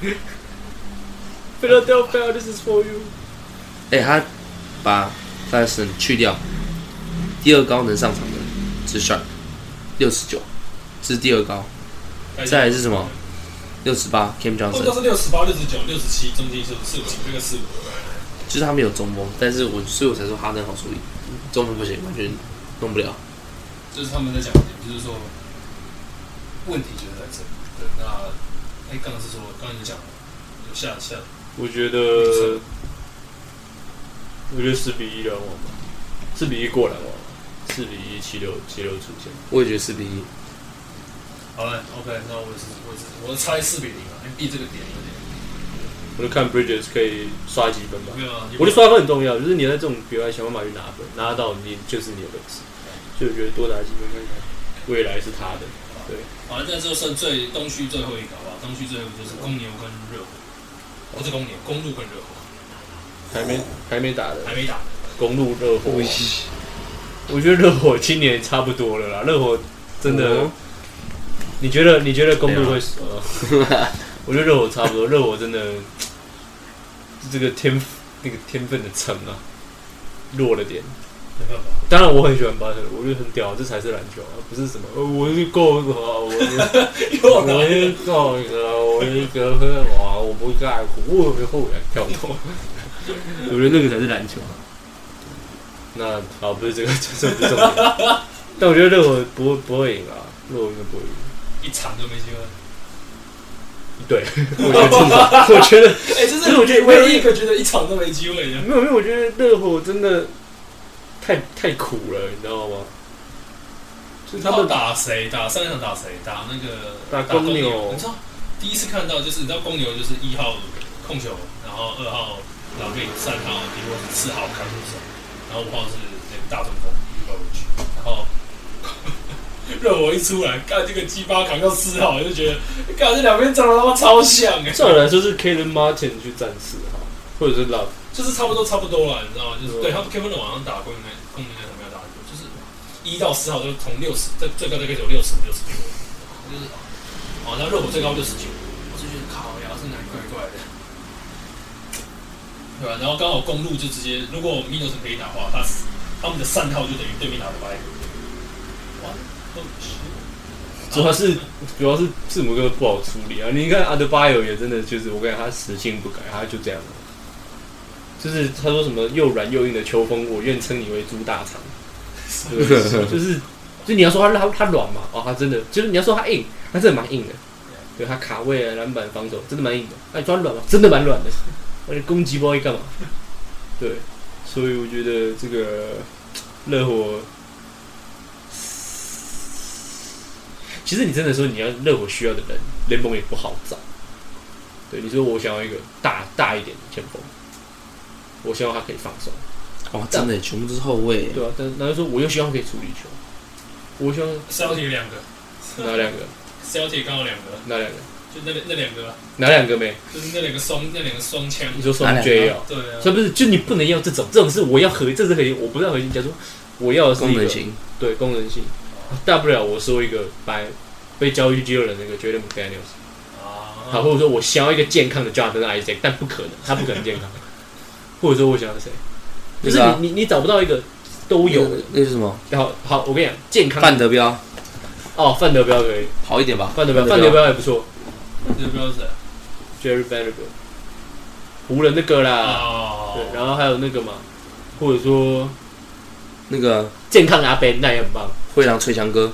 S2: ？Philadelphia, this is for you。
S4: 哎，他把 f a s o n 去掉，第二高能上场的是 Sharp，六十九，是第二高，再来是什么？六十八 Cam
S3: 或者
S4: Johnson，
S3: 是哦六十八、六十九、六十七，中间是四五，那个四五，
S4: 就是他们有中锋，但是我所以我才说哈登好处理，中锋不行，完全弄不了。
S3: 就是他们在讲的点，就是说问题就是在这里。对，那哎，刚刚是说，刚刚有讲有下下
S2: 我觉得，我觉得四比一篮网吧，四比一过篮网，四比一七六七六出现。
S4: 我也觉得四比一，
S3: 好了，OK，那我也是，我也是，我猜四比零啊，MB 这个点有点
S2: 我就看 Bridges 可以刷几分吧。
S3: 没有啊，
S2: 我觉得刷分很重要，就是你在这种比赛想办法去拿分，拿到你就是你的本事。所以我觉得多拿几分看看，未来是他的。
S3: 好了，那就剩最东区最后一个好不好？东区最后一个就是公牛跟热火，不是公牛，公路跟热火
S2: 还没还没打的
S3: 还没打，
S2: 公路热火，我觉得热火今年差不多了啦。热火真的
S4: 哦，
S2: 你觉得你觉得公路
S4: 没
S2: 会
S4: 有
S2: 输？呃 (laughs) 我觉得热火差不多，热火真的这个天那个天分的层啊，弱了点。
S3: 没办法，
S2: 当然我很喜欢巴特勒，我觉得很屌，这才是篮球啊，不是什么呃我是够好，我是。 (laughs)
S3: 又
S2: 我一个，我一个，哇！我不在乎，我会后来跳动。 (laughs) 我觉得那个才是篮球。啊那好，不是这个，这不是重点。但我觉得热火不会不会赢啊，热火应该不会赢。
S3: 一场就没机会。
S2: 对，我觉得真的， (laughs) 我觉得
S3: 哎、这
S2: 是
S3: 是
S2: 我
S3: (laughs) 我
S2: 觉
S3: 觉
S2: 得
S3: 得唯一一个觉得一场都没机会的。
S2: 没有，因为我觉得热火真的太太苦了，你知道吗？哦就是他
S3: 他们
S2: 们
S3: 打谁？打上一场打谁？打那个
S2: 打公
S3: 公
S2: 牛
S3: 你知道第一次看到就是你知道公牛就是一号控球，然后二号老贝，三号迪沃斯，四号看护手，然后五号是那个大中锋伊沃奇，然后 (laughs) 热火一出来，干这个鸡巴扛到四号，我就觉得干这两边长得他妈超像哎、
S2: 照理来说是 Kevin Martin 去战四号，或者是老
S3: 就是差不多差不多了，你知道吗？就是
S2: 对
S3: 对他们 Kevin 晚上打公牛那公牛那场没有打很久，就是一到四号就是从六十，最最高大概有六十六十九，就是哦，那热火最高六十九，我就觉得靠呀，这男怪怪的，对啊吧、然后刚好公路就直接，如果 Middleton 可以打的话，他他们的三号就等于对面打的白人，哇，都是
S2: 主要是主要是字母哥不好处理啊！你看阿德巴友也真的就是，我感觉他死性不改，他就这样了。就是他说什么又软又硬的球风，我愿称你为猪大肠。对就是就你要说他他他软嘛，哦，他真的就是你要说他硬，他真的蛮硬的。对他卡位啊、篮板、防守，真的蛮硬的。那、你说他软吗？真的蛮软的。而且攻击不知道在干嘛。对，所以我觉得这个热火其实你真的说你要热火需要的人，联盟也不好找。对，你说我想要一个大大一点的前锋，我希望他可以放手，
S4: 哇，哦真的全部都是后卫，
S2: 对啊，但然后说我又希望可以处理球，我希望
S3: Celtic 两个
S2: 哪两个？
S3: ，Celtic 刚好两个
S2: 哪两个？
S3: 就那个那两个啊，
S2: 哪两个没？
S3: 就是那两个双那两个双枪，
S2: 你说双 J 哦，
S3: 对啊，
S2: 所以不是，就你不能要这种，这种是我要核，这是核心，我不是核心。假如我要的是
S4: 功
S2: 一个
S4: 能型，
S2: 对功能性，大不了我说一个白被交易去肌肉的那个 Jordan McDaniels，
S3: 啊，
S2: 好，或者说我想要一个健康的 Jordan Isaac，但不可能，他不可能健康。 (laughs) 或者说我想要谁，就
S4: 那
S2: 是
S4: 个啊
S2: 你你你找不到一个都有的。
S4: 那个是什么？
S2: 好好，我跟你讲，健康
S4: 范德彪
S2: 哦，范德彪可以，
S4: 好一点吧？
S2: 范德彪范德彪也不错
S3: 你的标准
S2: ，Jerry Vanderbilt，湖人那个啦，
S3: 啊，
S2: 对，然后还有那个嘛，或者说
S4: 那个
S2: 健康阿 Ben 那也很棒。
S4: 灰狼吹墙哥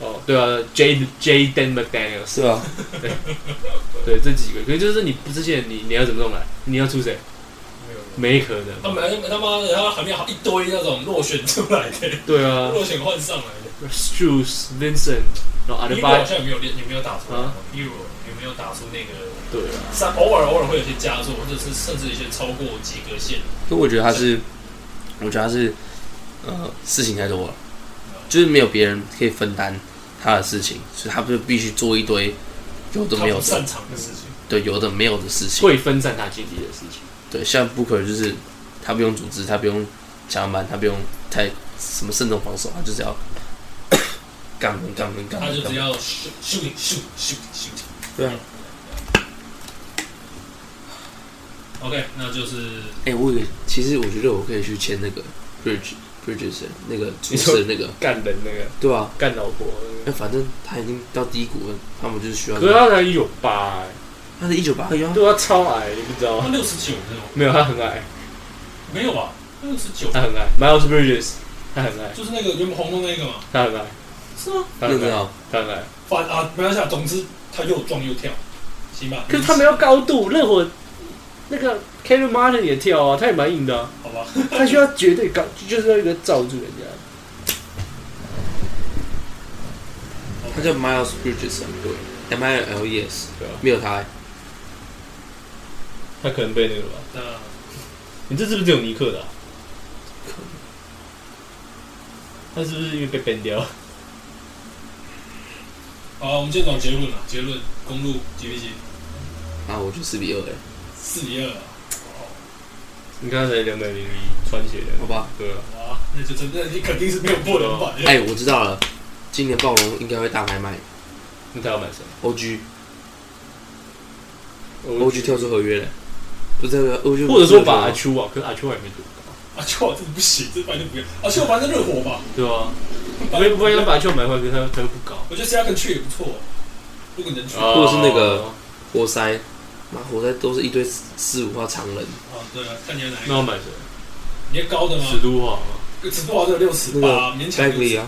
S2: 哦，对啊，J J Dan McDaniel，
S4: 是吧？
S2: 对这几个，可是就是你不之前你你要怎么弄来？你要出谁？
S3: 没有
S2: 没可
S3: 他
S2: 能。
S3: 们他妈的，他们里面好一堆那种落选出来的，
S2: 对啊
S3: 落选换上来的。
S2: ，Shoes Vincent，然后
S4: 啊
S2: 阿德
S3: Hero
S2: 巴
S3: 好，像也没有练，也没有打出来
S2: 啊
S3: ，Hero 也没有打出那个
S2: 对啊，
S3: 三，偶尔偶尔会有一些佳作，或者是甚至一些超过及格线。
S4: 所以我觉得他是，我觉得他是，呃，事情太多了，就是没有别人可以分担他的事情，所以他就必须做一堆有的
S3: 他
S4: 没有
S3: 不
S4: 的，
S3: 擅长的事情，
S4: 对，有的没有的事情。
S2: 会分散他精力的事情。
S4: 对，像 Booker 就是他不用组织，他不用加班，他不用太什么慎重防守，他就只要 (coughs) 干跟干跟干
S3: 他就
S4: 跟
S3: 只
S4: 干。
S3: 要 shoot shoot shoot shoot shoot。
S4: 对啊。
S3: OK，那就是
S4: 哎、我有个，其实我觉得我可以去签那个 Bridge Bridges 那个厨
S2: 你说
S4: 师那个，
S2: 干人那个，
S4: 对啊，
S2: 干老婆那
S4: 那反正他已经到低谷了，他们就是需要
S2: 个。可。是他才一九八，欸
S4: 他是一九啊八幺，
S2: 对啊他超矮，你不知道
S3: 他
S2: 吗？
S3: 六十九那种，
S2: (laughs) 没有，他很矮，
S3: 没有吧？六十九
S4: 啊
S2: 他很矮。Miles Bridges，他很矮，
S3: 就是那个原本红的那个嘛，
S2: 他很矮，
S3: 是吗？
S2: 他
S4: 那
S2: 很
S4: 个
S2: 矮，
S4: 啊，
S2: 他很矮。
S3: 反啊，没关系啊，总之他又撞又跳，行吧？
S2: 可是他没
S3: 有，
S2: 有高度，热火那个 Kevin Martin 也跳啊，他也蛮硬的啊、
S3: 好吧？
S2: 他需要绝对高，就是要一个罩住人家。
S4: 他叫 Miles Bridges 啊对，M I L E S，
S2: 对啊
S4: 没有他、欸
S2: 他可能被那个吧？
S3: 那
S2: 你这是不是只有尼克的、啊？他是不是因为被 ban 掉？
S3: 好，我们先讲结论了。结论，公路几比几？
S4: 啊，我就四比二哎、
S3: 四比二啊！
S2: 你刚才两百零一穿鞋的
S4: 好，吧，
S2: 对啊，
S3: 哇，那就真的你肯定是没有破两百。
S4: 哎、我知道了，今年暴龙应该会大拍卖
S2: 那他要买谁
S4: O G O
S2: 我
S4: G 跳出合约了，不是 O G，
S2: 或者说把阿丘啊，可是阿丘还没多高，
S3: 啊，就我真的不行，这反正不要。啊，就反正热火吧，
S2: 对啊，我也不会想把阿丘买回来，可是他他又不高，
S3: 我觉得 C 肯去也不错，如果能去
S2: 哦
S3: 啊，
S4: 或者是那个活塞，妈活塞都是一堆四五花常人，
S3: 对啊，看你要哪一
S2: 那
S3: 个，
S2: 要买谁？
S3: 你要高的吗？
S2: 史都啊华吗？
S3: 尺度好像有六十八，勉强六十八。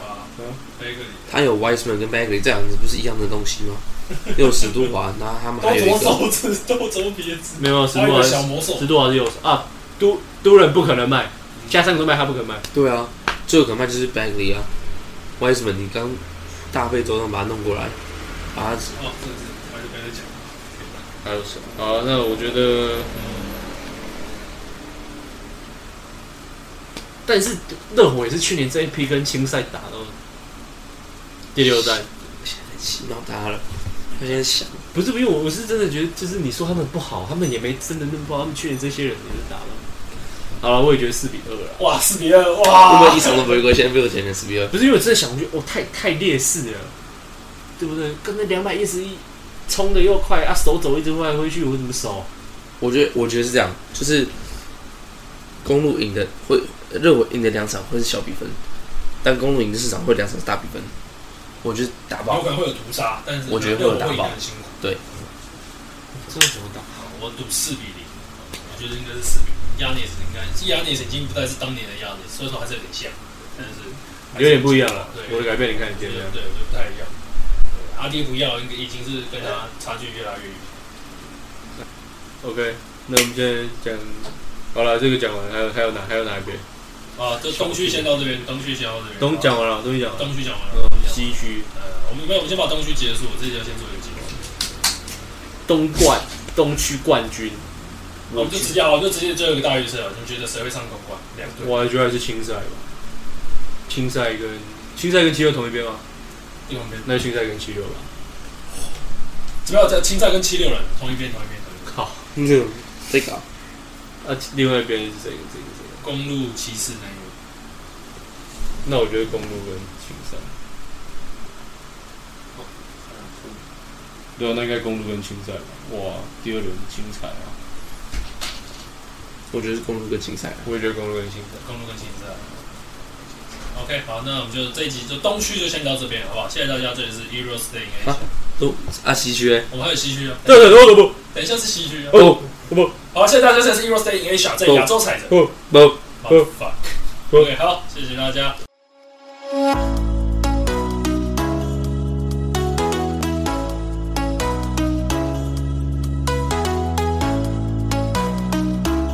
S3: Bagley
S4: 他有 Wiseman 跟 Bagley 这两个不是一样的东西吗？ (laughs) 又有史都华，然后他们还有
S3: 都
S4: 一个，
S3: 左手指，都左鼻子，
S2: 哦没有，史
S3: 还
S2: 都
S3: 有一
S2: 华
S3: 个
S2: 是
S3: 小魔兽
S2: 史，都华是右手啊，都都人不可能卖，加上都卖他不可能卖，
S4: 对啊，最有可能卖就是 Bagley 啊，Wiseman 你刚大费周章把他弄过来，把他
S3: 哦，这是还是没得讲。
S2: 还有谁？啊，那我觉得但是热火也是去年这一批跟青赛打到第六战，
S4: 洗脑他了，他现在想。
S2: 不是，因为我我是真的觉得，就是你说他们不好，他们也没真的那么不好，他们去年这些人也是打了。好了，我也觉得四比二啊了，
S3: 哇，四比二，
S4: 会不
S3: 哇
S4: 会一！场都不会过？现在被我前面十比二，
S2: 不是因为我真的想，我觉得我太太劣势了，对不对？跟那两百一十一冲的又快啊，手肘一直挥来挥去，我怎么守？
S4: 我觉得我觉得是这样，就是公路赢的会热火赢的两场会是小比分，但公路赢的四场会两场是大比分。我觉得打
S3: 有
S4: 爆
S3: 可能会有屠杀，但是
S4: 我觉得会
S3: 热
S4: 有
S3: 火
S4: 打
S3: 会赢得
S4: 爆
S3: 很辛苦。
S2: 这怎么打？
S3: 我赌四比零，我觉得应该是四比零。亚尼斯应该，亚尼斯已经不再是当年的亚尼斯，虽然说还是有点像，但是还是
S2: 有点不一样了，
S3: 对，
S2: 我的改变你看你
S3: 对
S2: 见没有？
S3: 对，我觉得不太一样。对阿迪不要，应该已经是跟他差距越来越远。
S2: OK，那我们现在讲好了，这个讲完，还有还有哪还有哪一边？
S3: 啊，这东区先到这边，东区先到这边。
S2: 东讲完了，东西讲完了，
S3: 东区讲完
S2: 嗯
S3: 了，东区讲完了
S2: 西区
S3: 呃，我们没有，我们先把东区结束，我自己要先做一个结论。
S2: 东冠东区冠军，哦
S3: 我们就直接，我们就直接做一个大预测了，你们觉得谁会上公关？两队，
S2: 我还觉得还是青赛吧，青赛跟青赛跟七六同一边吗？
S3: 一旁边
S2: 那青赛跟七六吧。
S3: 只不要在青菜跟七六人同一边同一边同一边，
S2: 靠，那
S4: 这个啊
S2: 啊，另外一边是谁跟谁跟谁？
S3: 公路骑士那一
S2: 那我觉得公路跟青山，对啊，那应该公路跟青山吧。哇，第二轮精彩啊！
S4: 我觉得是公路跟青赛啊。
S2: 我也觉得公路跟青山。
S3: 个公路跟骑士啊。OK，好，那我们就这一集就东区就先到这边，好不好？谢谢大家，这里是 Euro Stay in Asia，、
S4: 啊都啊西区欸，
S3: 我们还有西区啊，
S2: 对对对对
S3: 等一下是西区啊。
S2: 哦不不
S3: 好，谢谢
S2: 哦
S3: 大家，这里是 Euro Stay in Asia，在亚洲踩着。
S2: 不不。
S3: Fuck。OK，好，谢谢大家。